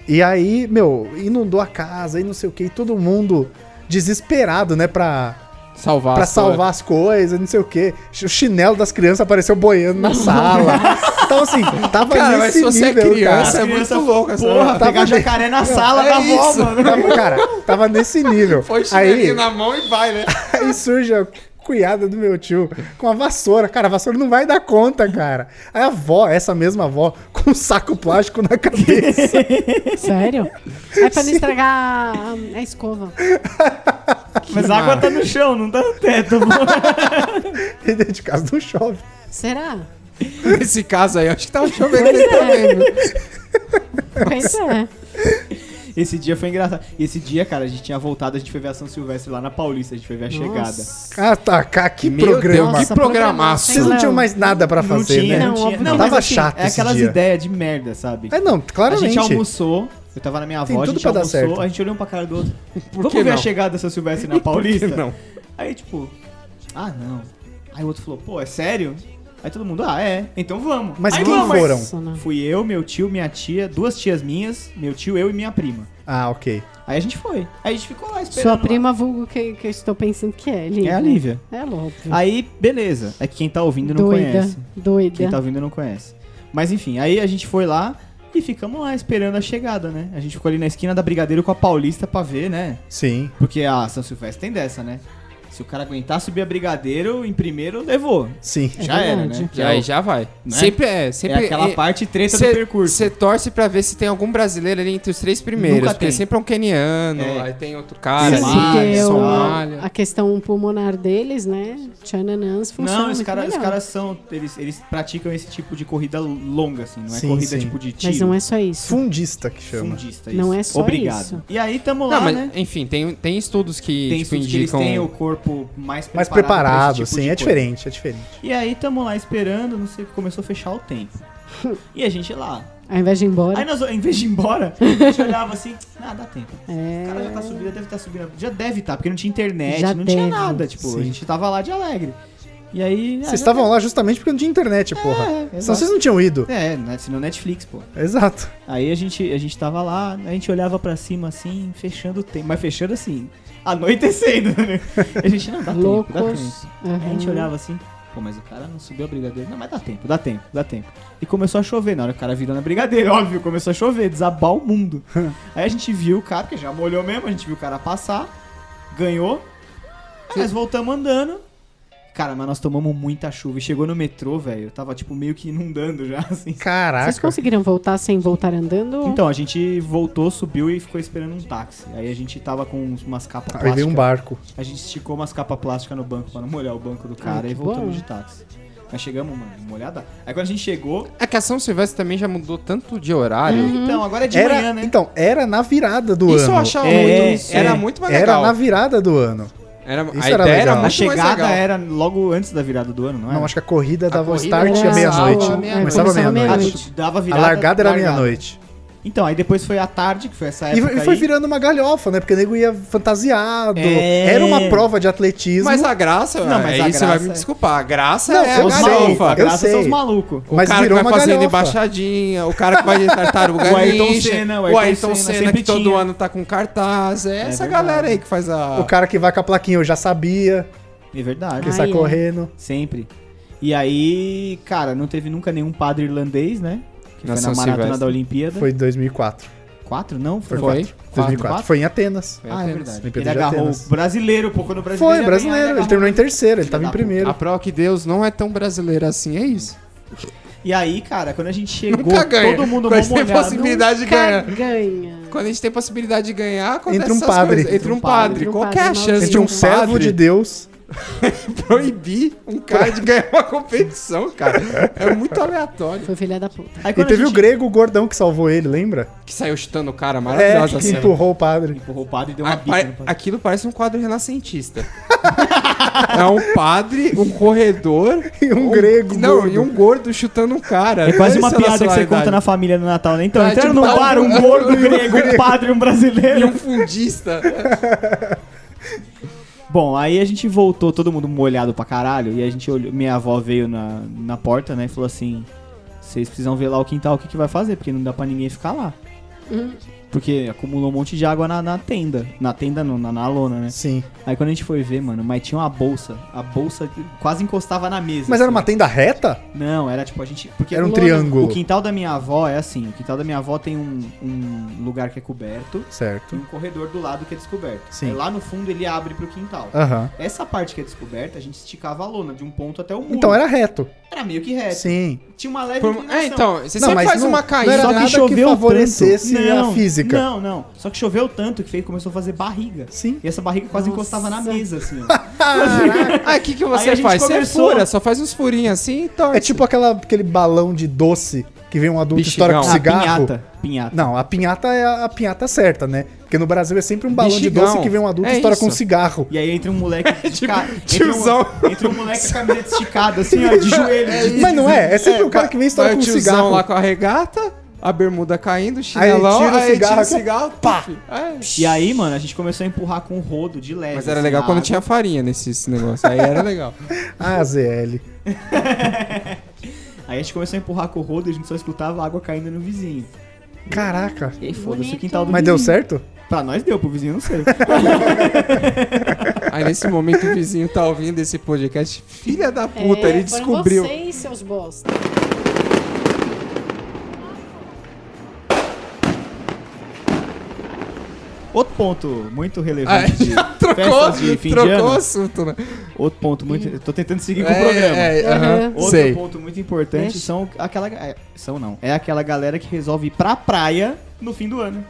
D: E aí, meu, inundou a casa e não sei o que, e todo mundo desesperado, né, pra,
A: Salvar.
D: Pra
A: a vassoura.
D: salvar as coisas, não sei o quê. O chinelo das crianças apareceu boiando
A: (laughs)
D: na sala. Então, assim, tava
A: Cara, mas
D: nesse
A: se você é
D: nível,
A: criança,
D: cara.
A: é muito louco essa-
E: Porra,
D: Tava
E: pegar
D: bem.
E: jacaré na sala
A: é
E: da avó,
A: isso.
D: (laughs)
E: mano.
D: Tava, cara, tava nesse nível.
A: Foi chinelinho
D: aí,
A: na mão e vai,
E: (laughs)
A: né?
D: (laughs) aí surge a cunhada do meu tio com a vassoura. Cara, a vassoura não vai dar conta, cara. Aí a avó, essa mesma avó, com um saco plástico na
A: (laughs)
D: cabeça.
C: Sério? É pra não estragar a, a escova.
E: Mas a água tá no chão, não tá no teto, mano.
D: (laughs) e dentro de casa não chove.
C: Será?
A: Nesse caso aí, acho que tá um tava
E: é.
A: chovendo ali
D: É.
A: também, viu?
C: Pois é.
E: Esse dia foi engraçado. E esse dia, cara, a gente tinha voltado, a gente foi ver a São Silvestre lá na Paulista, a gente foi ver a chegada.
C: Nossa.
D: Ah, tá, cara, que
A: Meu
D: programa.
A: Deus, que programaço.
D: Vocês não
C: Não.
D: tinham mais nada pra
E: não
D: fazer,
E: tinha,
D: né?
E: não tinha.
C: Não,
E: Não,
D: tava
E: mas assim,
D: chato
E: é
D: esse
E: aquelas
D: dia.
E: ideias de merda, sabe?
D: É, não,
E: A
D: claramente.
E: gente almoçou, eu tava na minha
D: Tem
E: avó, a
D: tudo
E: gente
D: pra dar
E: almoçou,
D: certo.
E: a gente olhou um pra cara do
D: (laughs)
E: outro. Vamos
A: que
E: ver a
A: não?
E: chegada do seu Silvestre na Paulista?
A: não?
E: Aí, tipo, ah, não. Aí o outro falou, pô, é sério? Aí todo mundo, ah, é, então vamos.
D: Mas
E: Aí
D: quem
E: vamos.
D: foram?
C: Nossa, não.
E: Fui eu, meu tio, minha tia, duas tias minhas, meu tio, eu e minha prima.
D: Ah, ok.
E: Aí a gente foi. Aí a gente ficou lá esperando.
C: Sua
E: lá.
C: prima vulgo que, que eu estou pensando que é, Lívia.
E: É a Lívia.
C: É óbvio.
E: Aí, beleza. É que quem tá ouvindo não
C: doida,
E: conhece. Quem
C: doida.
E: tá ouvindo não conhece. Mas enfim, aí a gente foi lá e ficamos lá esperando a chegada, né? A gente ficou ali na esquina da Brigadeiro com a Paulista pra ver, né?
D: Sim.
E: Porque a São Silvestre tem dessa, né? Se o cara aguentar subir a brigadeiro, em primeiro levou.
D: Sim.
C: É
E: já era,
C: verdade.
E: né?
A: Já, aí já vai.
E: Né?
A: Sempre é. Sempre
E: é aquela parte treta do percurso.
A: Você torce pra ver se tem algum brasileiro ali entre os três primeiros.
E: Nunca
A: porque
E: tem.
A: sempre é um keniano,
E: É.
A: aí tem outro cara,
E: Sim,
A: ali,
E: porque
C: o-
D: um
A: Somália.
C: a questão pulmonar deles, né? Tchananãs funciona
E: Não, os
C: muito
E: caras
C: melhor.
E: caras são. Eles, eles praticam esse tipo de corrida longa, assim. Não é
D: Sim,
E: corrida
D: sim.
E: tipo de tiro.
C: Mas não é só isso.
D: Fundista que chama.
E: fundista.
C: Não é só
E: Obrigado.
C: isso.
E: E aí tamo lá,
A: Não, mas
E: né?
A: enfim, tem, tem estudos que
E: Tem
A: tipo,
E: estudos que eles
A: indicam.
E: têm o corpo mais preparado.
D: Mais
E: pra esse
D: preparado,
E: tipo
D: sim.
E: de
D: é
E: coisa. Ah,
D: diferente, é diferente.
E: E aí tamo lá esperando, não sei, começou a fechar o tempo. E a gente lá.
C: Ao invés de ir embora.
E: Aí nós, em vez de ir embora, a gente olhava assim, ah, dá tempo. O cara
C: é...
E: já tá subindo, deve estar subindo. Já deve estar, porque não tinha internet,
C: Já
E: não tinha
C: deve.
E: nada. Tipo,
D: Sim.
E: a gente tava lá de alegre. E aí. ah,
D: Vocês estavam lá justamente porque não tinha internet, porra.
E: É,
D: Só
E: exato.
D: vocês não tinham ido.
E: É, né, senão Netflix, pô.
D: Exato.
E: Aí a gente, a gente tava lá, a gente olhava pra cima assim, fechando o tempo. Mas fechando assim, anoitecendo, né? (laughs) A gente não dá tempo, dá tempo.
C: Loucos.
E: Aí a gente
C: Aham.
D: Uhum.
E: olhava assim, pô, mas o cara não subiu a brigadeira. Não, mas dá tempo, dá tempo, dá tempo. E começou a chover, na hora que o cara virou na brigadeira, (laughs) óbvio, começou a chover, desabar o mundo.
D: (laughs)
E: Aí a gente viu o cara, porque já molhou mesmo, a gente viu o cara passar, ganhou. Aí nós voltamos andando. Cara, mas nós tomamos muita chuva. E chegou no metrô, velho, tava tipo meio que inundando já, (laughs) assim.
C: Vocês
D: Caraca.
C: conseguiram voltar sem voltar andando?
E: Então, a gente voltou, subiu e ficou esperando um táxi. Aí a gente tava com uns- umas capas
D: Aí
E: plásticas.
D: veio um barco.
E: A gente esticou umas capas plásticas no banco pra não molhar o banco do
C: Ah,
E: cara
C: que
E: e voltamos
C: bom.
E: de táxi. Mas chegamos, mano, molhada. Aí quando a gente chegou.
A: É que a São Silvestre também já mudou tanto de horário.
E: Então, agora é de
D: Era,
E: manhã, né?
D: Então, era na virada do
A: Isso eu
D: ano.
A: achava
E: É,
A: muito.
E: é.
A: Era muito mais
D: Era
A: legal.
D: na virada do ano.
A: Era, a
D: Isso
A: ideia era,
D: era legal.
A: muito
E: a
A: mais
E: chegada
A: legal.
E: era logo antes da virada do ano, não é? era?
D: Não, acho que a corrida dava o
A: corrida
D: start
A: era
D: à meia-noite.
A: à meia-noite.
D: Começava à
C: Começava à
D: meia-noite.
C: meia-noite.
E: Ah, dava
D: A
E: virada.
D: largada era meia-noite.
E: Então, aí depois foi a tarde, que foi essa
D: E
E: época.
D: e foi
E: aí.
D: virando uma galhofa, né? Porque o nego ia fantasiado.
E: É.
D: Era uma prova de atletismo.
A: Mas a graça,
E: Não,
A: aí
E: mas a
A: você vai
E: graça
A: me
E: é-
A: desculpar. A graça
D: Não,
A: é a
D: eu
E: Os
D: sei,
E: malucos,
D: eu
A: galhofa.
E: a graça são os
D: sei.
E: malucos.
A: O
D: Mas
A: cara
D: virou
A: que vai
D: uma
A: fazendo
D: galhofa.
A: embaixadinha, o cara que vai tartaruga
E: (laughs) O Ayrton
A: ninja,
E: Senna,
A: o Ayrton Senna
E: sempre
A: que todo
E: tinha.
A: ano tá com cartaz. É,
E: É
A: essa
E: verdade.
A: galera aí que faz a...
D: O cara que vai com a plaquinha, eu já sabia,
E: É verdade.
D: que sai
C: é.
D: correndo.
E: Sempre. E aí, cara, não teve nunca nenhum padre irlandês, né? Que
A: Na
E: foi
A: São
E: na maratona
A: Silvestre.
E: da Olimpíada.
D: Foi em 2004.
E: Quatro, não?
A: Foi.
E: Quatro,
D: 2004.
E: quatro?
D: Foi em Atenas.
A: Foi
E: Ah, é
A: apenas.
E: verdade.
D: Olimpíada
E: Ele
D: de
E: agarrou
D: Atenas.
E: o brasileiro, pô, quando o brasileiro. é
D: Foi,
E: ia
D: brasileiro.
E: ganhar,
D: Ele terminou em terceiro, ele
E: Filha
D: tava em
E: da puta.
A: A
D: primeiro.
A: prova que Deus não é tão brasileira assim, é isso.
E: E aí, cara, quando a gente chegou,
A: Nunca ganha.
E: todo mundo
A: Mas
E: mal
A: tem
E: molhado.
A: possibilidade de
C: Cara,
A: ganhar.
C: ganha.
A: Quando a gente tem possibilidade de ganhar, acontece
D: Entre um
A: essas
D: padre.
A: coisas. Entre um padre.
C: Entre um
A: Qual
C: padre
A: que é a
C: maldito.
A: chance
D: Entre um
A: de
D: servo
A: padre
D: de Deus.
A: proibir um cara de ganhar uma competição, cara? É muito aleatório.
C: Foi filha da puta.
E: Aí
D: E
E: É quando
D: teve
E: a
D: o
E: gente
D: grego, o gordão que salvou ele, lembra?
A: Que saiu chutando o cara,
D: É,
A: maravilhosa
D: que
A: cena.
D: empurrou o padre.
E: empurrou o padre tipo, e deu
A: A-
E: uma bica
A: pa-
E: no padre.
A: aquilo parece um quadro renascentista. é um padre, um corredor
D: E um grego
A: Não,
D: gordo.
A: e um gordo chutando um cara.
E: É quase
A: Olha
E: uma
A: essa
E: piada que você
A: nacionalidade.
E: conta na família no Natal, né? Então,
A: É,
E: entraram
A: tipo,
E: num bar, um
A: um-
E: gordo grego, um padre, um
A: E
E: brasileiro.
A: um fundista.
E: Bom, aí a gente voltou, todo mundo molhado pra caralho, e a gente olhou, minha avó veio na, na porta, né, e falou assim, vocês precisam ver lá o quintal, o que que vai fazer, porque não dá pra ninguém ficar lá.
C: Hum.
E: Porque acumulou um monte de água na, na tenda, na tenda não, na, na lona, né?
D: Sim.
E: Aí quando a gente foi ver, mano, mas tinha uma bolsa, a bolsa que quase encostava na mesa.
D: Mas era
E: assim.
D: uma tenda reta?
E: Não, era tipo a gente. Porque
D: Era um
E: o-
D: triângulo.
E: O quintal da minha avó é assim: o quintal da minha avó tem um, um lugar que é coberto e
D: Certo.
E: um corredor do lado que é descoberto.
D: Sim.
E: Aí lá no fundo ele abre pro quintal.
D: Aham.
E: Essa parte que é descoberta, a gente esticava a lona de um ponto até o muro.
D: Então era reto.
E: Era meio que reto.
D: Sim.
E: Tinha uma leve
A: Por-
E: inclinação.
A: É, então, você
D: Não,
A: sempre
D: mas
A: faz
D: não-
A: uma
D: não
A: caída.
D: era-
E: Só
A: né?
D: nada
E: que
D: que
E: choveu
D: favorecesse
E: tanto.
D: a física.
E: Não, não. Só que choveu tanto que veio começou a fazer barriga.
D: Sim.
E: E essa barriga quase
C: Nossa.
E: encostava na mesa, assim,
D: (laughs)
E: ó.
A: Ah, o que, que
E: Aí a
A: você
E: gente
A: faz? Você
E: conversou.
A: fura, só faz uns furinhos assim e torce.
D: É tipo aquela, aquele balão de doce que vem um adulto e estoura com
A: Bexigão.
D: cigarro.
E: Ah, pinhata. Pinhata.
D: Não, a pinhata é a, a pinhata certa, né? Porque no Brasil é sempre um balão
A: Bexigão.
D: de doce que vem um adulto
A: É
D: e estoura com um
A: isso.
D: cigarro.
E: E aí entra
A: (laughs)
E: um moleque esticado.
A: É tipo tiozão. É
E: Entra um, entra um moleque com a camisa esticada, assim,
A: (laughs)
E: ó, de joelho. de-
D: Mas não é, é sempre o cara que vem e estoura
A: Vai
D: com
A: o
D: um
A: tiozão
D: cigarro.
A: lá com a regata, a bermuda caindo, o
D: Aí ele
A: chinelão, aí
D: tira o
A: tira
D: cigarro,
A: o cigarro, pá! É.
E: E aí, mano, a gente começou a empurrar com o rodo de leve.
A: Mas era
E: assim,
A: legal
E: na
A: quando
E: água.
A: tinha farinha nesse esse negócio, aí era legal.
D: Ah, ZL.
E: Aí a gente começou a empurrar com o rodo e a gente só escutava água caindo no vizinho.
D: Caraca.
E: E aí foda-se o
C: Bonito.
E: quintal do
D: Mas
E: vizinho.
D: deu certo?
E: Pra nós deu, pro vizinho eu não sei.
A: (laughs) Aí nesse momento o vizinho tá ouvindo esse podcast, filha da puta,
C: É,
A: ele
C: foram
A: descobriu. (laughs)
C: Vocês, seus bosta.
E: Outro ponto muito relevante
A: (laughs)
E: de
A: trocou,
E: festas de fim de
A: trocou o
E: ano.
A: assunto, né?
E: Outro ponto muito. Eu tô tentando seguir com o
A: É,
E: programa.
A: é, é, aham,
C: Uhum.
E: Outro
A: sei.
E: ponto muito importante são aquela. é, São não. É aquela galera que resolve ir pra praia no fim do ano.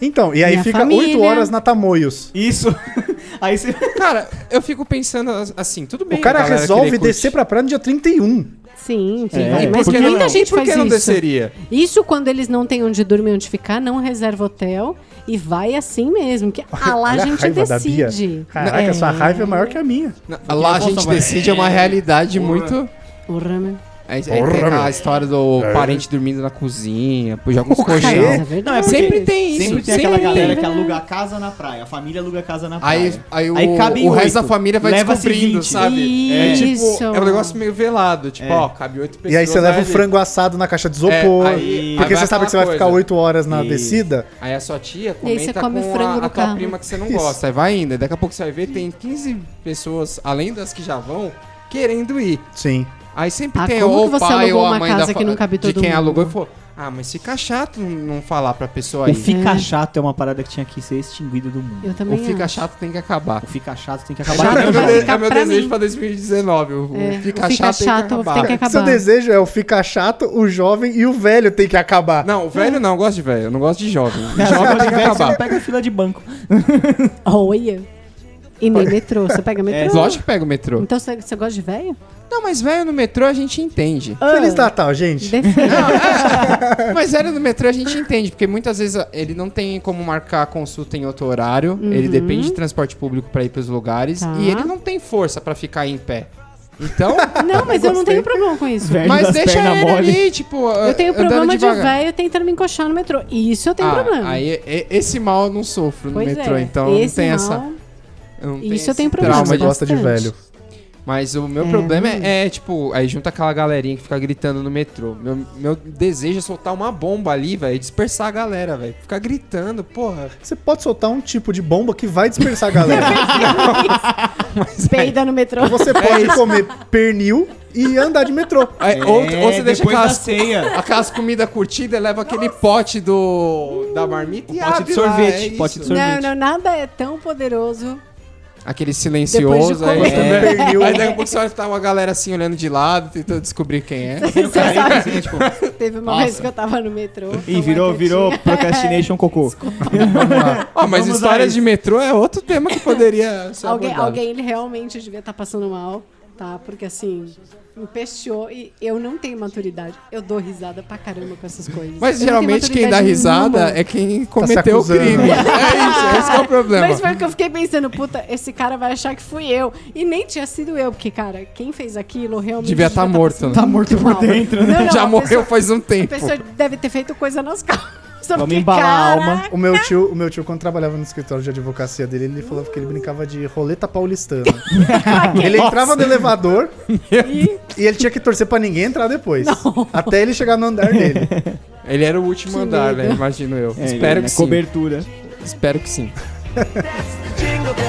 D: Então, e aí
C: Minha
D: fica
C: família.
D: 8 horas na Tamoios.
E: Isso. (laughs) Aí você.
A: Cara, eu fico pensando assim, tudo bem.
D: O cara
A: a galera
D: resolve
A: querer
D: descer pra né? praia no dia 31.
C: Sim, sim.
E: É,
A: curtir. E
C: mas
A: por que
C: muita
A: não?
C: gente
A: E por
C: faz
A: que não
C: isso.
A: desceria?
C: Isso quando eles não têm onde dormir, onde ficar, não reserva hotel e vai assim mesmo. Que ah, lá a
D: Olha
C: gente
D: raiva da Bia.
C: decide.
D: Caraca, sua raiva é maior que a minha.
A: Não, Lá a
E: Porque a
A: gente
E: Bolsa vai-
A: decide é uma realidade
E: Porra.
A: muito. é,
C: Porra, meu.
A: Aí, aí tem
D: Porra,
A: a
D: meu. É.
A: história do parente dormindo na cozinha, pô, joga uns
C: Cara,
A: colchão.
C: isso é verdade.
E: Não, é porque
A: Sempre tem isso.
E: Sempre tem
A: sempre
E: aquela
A: tem.
E: galera que aluga a casa na praia. A família aluga a casa na praia.
A: Aí, aí, o,
E: cabe
A: o
E: oito,
A: resto da família vai
E: leva-se
A: descobrindo,
E: 20.
A: sabe? É
C: Isso.
A: tipo, é um negócio meio velado. Tipo,
E: É.
A: ó, cabe oito pessoas.
D: e aí você leva o
A: ali.
D: frango assado na caixa de
A: É,
D: isopor.
A: aí-
D: porque
A: aí
D: você
A: aquela
D: sabe que você vai ficar
A: coisa.
D: 8 horas na
E: E-
D: descida.
A: Aí a sua tia
C: E aí
A: comenta
C: você come
A: com
C: frango
A: a, a
C: no
A: tua
C: carro.
A: prima que você não
D: Isso.
A: gosta. Aí vai ainda. Daqui a pouco você vai ver, tem 15 pessoas, além das que já vão, querendo ir.
D: Sim.
A: Aí sempre
C: Ah,
A: tem
C: como
A: ou
C: que
A: o
C: você
A: pai
C: alugou
A: ou a
C: uma
A: mãe da
C: casa
A: fa-
C: que não cabe
A: de
C: todo
A: quem
C: mundo?
A: alugou e falou, ah, mas fica chato não falar pra pessoa
E: O
A: aí.
E: fica
C: É.
E: chato é uma parada que tinha que ser extinguida do mundo.
C: Eu também
A: O fica
C: acho.
A: chato tem que acabar.
E: O fica chato tem que
A: Chato
E: acabar.
A: é
E: com
A: meu,
E: o
C: vai
A: (laughs) de-
C: ficar
A: é meu
C: pra
A: desejo
C: mim.
A: pra 2019. O
C: É,
A: fica,
C: o fica
A: chato,
C: chato
A: tem que acabar.
C: tem que acabar.
D: Seu desejo é o ficar chato, o jovem e o velho tem que acabar.
A: Não, o velho não, eu gosto de velho. Eu não gosto de
C: (laughs)
A: jovem.
E: É, só
A: jovem tem
E: quando
A: que
E: tiver, você não
A: acabar.
E: pega fila de banco.
C: Olha. E nem metrô. Você pega metrô?
A: É, Lógico que pega o metrô.
C: Então você, você gosta de velho?
A: Não, mas velho no metrô a gente entende.
D: Feliz Natal, gente.
C: Defende.
A: Mas velho no metrô a gente entende, porque muitas vezes ah, ele não tem como marcar a consulta em outro horário, ele depende de transporte público pra ir pros lugares
C: Uhum. Tá.
A: e ele não tem força pra ficar em pé.
C: (laughs)
A: Então,
C: (laughs) Não, mas eu não tenho problema com isso.
E: Velho
A: mas
E: das
A: deixa
E: pernas
A: ele
E: mole.
A: ali, tipo, ah,
C: Eu tenho
A: andando
C: problema de
A: devagar.
C: velho tentando me encoxar no metrô. Isso eu tenho
A: Ah,
C: problema.
A: Aí e- esse mal eu não sofro no
C: pois
A: metrô,
C: é.
A: então
C: Esse
A: não tem
C: mal,
A: essa. eu não
C: Isso eu
A: esse
C: tenho problema.
A: trauma
D: Você
A: de-
D: gosta de
C: bastante.
D: velho.
A: Mas o meu
C: É,
A: problema
C: não.
A: é, é, tipo, aí junta aquela galerinha que fica gritando no metrô. Meu, meu desejo é soltar uma bomba ali, velho, e dispersar a galera, velho. Ficar gritando, porra.
D: Você pode soltar um tipo de bomba que vai dispersar
C: (laughs)
D: a
C: (laughs)
D: galera.
A: (laughs) é,
C: Peida no metrô.
D: Você pode comer pernil e andar de metrô.
A: Aí, ou, ou você
E: É,
A: deixa
E: depois da
A: aquelas,
E: (laughs) ceia.
A: aquelas comidas curtidas, leva aquele pote do da marmita e
E: pote de
A: abre
E: sorvete,
A: lá, é
E: pote
A: isso.
E: de
C: Não,
E: sorvete.
C: não, nada é tão poderoso.
A: Aquele silencioso
C: Depois de
E: é.
A: aí.
C: comer.
A: também.
D: Pernil.
A: Aí
E: (laughs)
A: daqui a pouco você vai estar uma galera assim olhando de lado, tentando descobrir quem
E: (laughs)
A: é.
C: (laughs)
E: Tem o carinha, assim, tipo, é
C: Teve uma
E: Nossa.
C: vez que eu tava no metrô.
E: Ih,
C: tava
E: virou,
C: quietinha.
E: virou procrastination cocô.
A: Ó, mas
E: Vamos a
A: histórias
E: isso.
A: de metrô é outro tema que poderia ser
C: Alguém,
A: abordado.
C: alguém ele realmente devia estar passando mal, tá? Porque assim, me pesteou e eu não tenho maturidade. Eu dou risada pra caramba com essas coisas.
A: Mas
C: Eu não tenho
A: geralmente quem dá
C: maturidade
A: risada
C: nenhuma.
A: é quem cometeu o (laughs)
D: acusando.
A: crime. É isso, esse que é o problema.
C: Mas foi o que eu fiquei pensando, puta, esse cara vai achar que fui eu. E nem tinha sido eu, porque, cara, quem fez aquilo realmente.
A: Devia estar morto, né?
E: Tá morto por dentro, né?
A: (laughs) Já
C: a
A: morreu
C: pessoa-
A: faz um
C: A
A: tempo.
C: pessoa deve ter feito coisa nas (laughs) calças.
E: Vamos
C: porque,
E: embalar a
C: cara,
E: alma.
D: O meu tio, o meu tio quando trabalhava no escritório de advocacia dele, ele falava que ele brincava de roleta paulistana. ele entrava no elevador
C: E
D: e ele tinha que torcer pra ninguém entrar depois, até ele chegar no andar dele.
A: Ele era o último
C: Que
A: andar,
C: medo.
A: velho, imagino eu.
E: É,
A: Espero
E: né,
A: que sim.
E: Cobertura.
A: Espero que sim.
F: That's the jingle bell.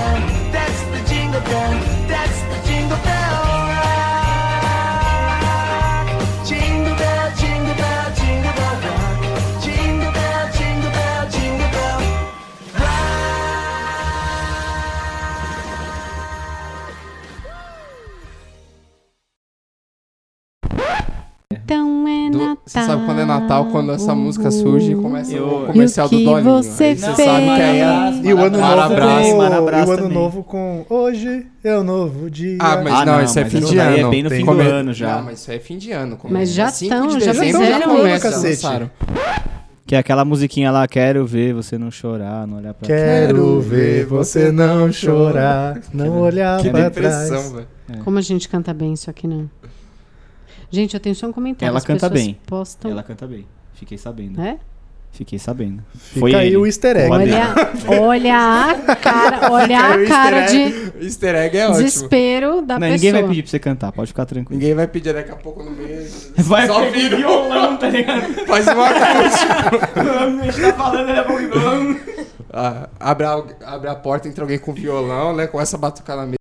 F: That's the jingle bell. That's the jingle bell rock. Jingle bell, jingle bell, jingle bell rock. Jingle bell, jingle bell, jingle bell
C: então é
A: Do-
C: Natal.
A: Você sabe quando é Natal, quando essa música surge, começa
E: Eu-
A: o comercial
C: E o
A: do
C: que
A: Dolinho. Aí
C: você
A: Você
C: fez?
A: sabe que aí é...
E: Marabrás,
D: E o
E: Marabrás,
D: ano novo
A: Marabrás,
D: com,
E: Marabrás
D: e o ano
E: também.
D: novo com hoje é o novo dia.
A: Ah, mas
E: Ah,
A: não,
E: não,
A: isso é
E: mas
A: fim
E: isso
A: de
E: daí é
A: ano.
E: bem no fim do ano já.
A: Não, mas isso aí é fim de ano. começa.
C: Mas já
A: Cinco
C: tão,
A: de
C: já
A: dezembro
C: fizeram
A: já começa,
D: ano,
A: já
D: cacete.
A: lançaram.
E: Que é aquela musiquinha lá, quero ver você não chorar, não olhar pra
D: Quero ver você não chorar, não olhar
A: Que
D: pra trás.
A: depressão, velho.
C: Como a gente canta bem isso aqui, não? Gente, eu tenho só um comentário.
E: Ela
C: As
E: canta
C: pessoas
E: bem.
C: Postam...
E: Ela canta bem. Fiquei sabendo.
C: É?
E: Fiquei sabendo.
D: Fica aí o easter egg.
E: Olha.
C: Olha, olha a cara, olha
A: Cara,
C: a
A: o
C: cara
A: easter
C: de
A: egg- Easter egg é ótimo.
C: desespero da
E: é Não,
C: pessoa.
E: ninguém vai pedir pra você cantar, pode ficar tranquilo.
A: Ninguém vai pedir daqui a pouco no meio.
E: Vai
A: Só
E: pegar
A: vira.
E: violão, tá ligado?
A: (laughs) Faz uma
E: (laughs) A gente tá falando, ele é bom
A: Ah, abre, a, abre a porta, entra alguém com violão, né? Começa a batucar na mesa.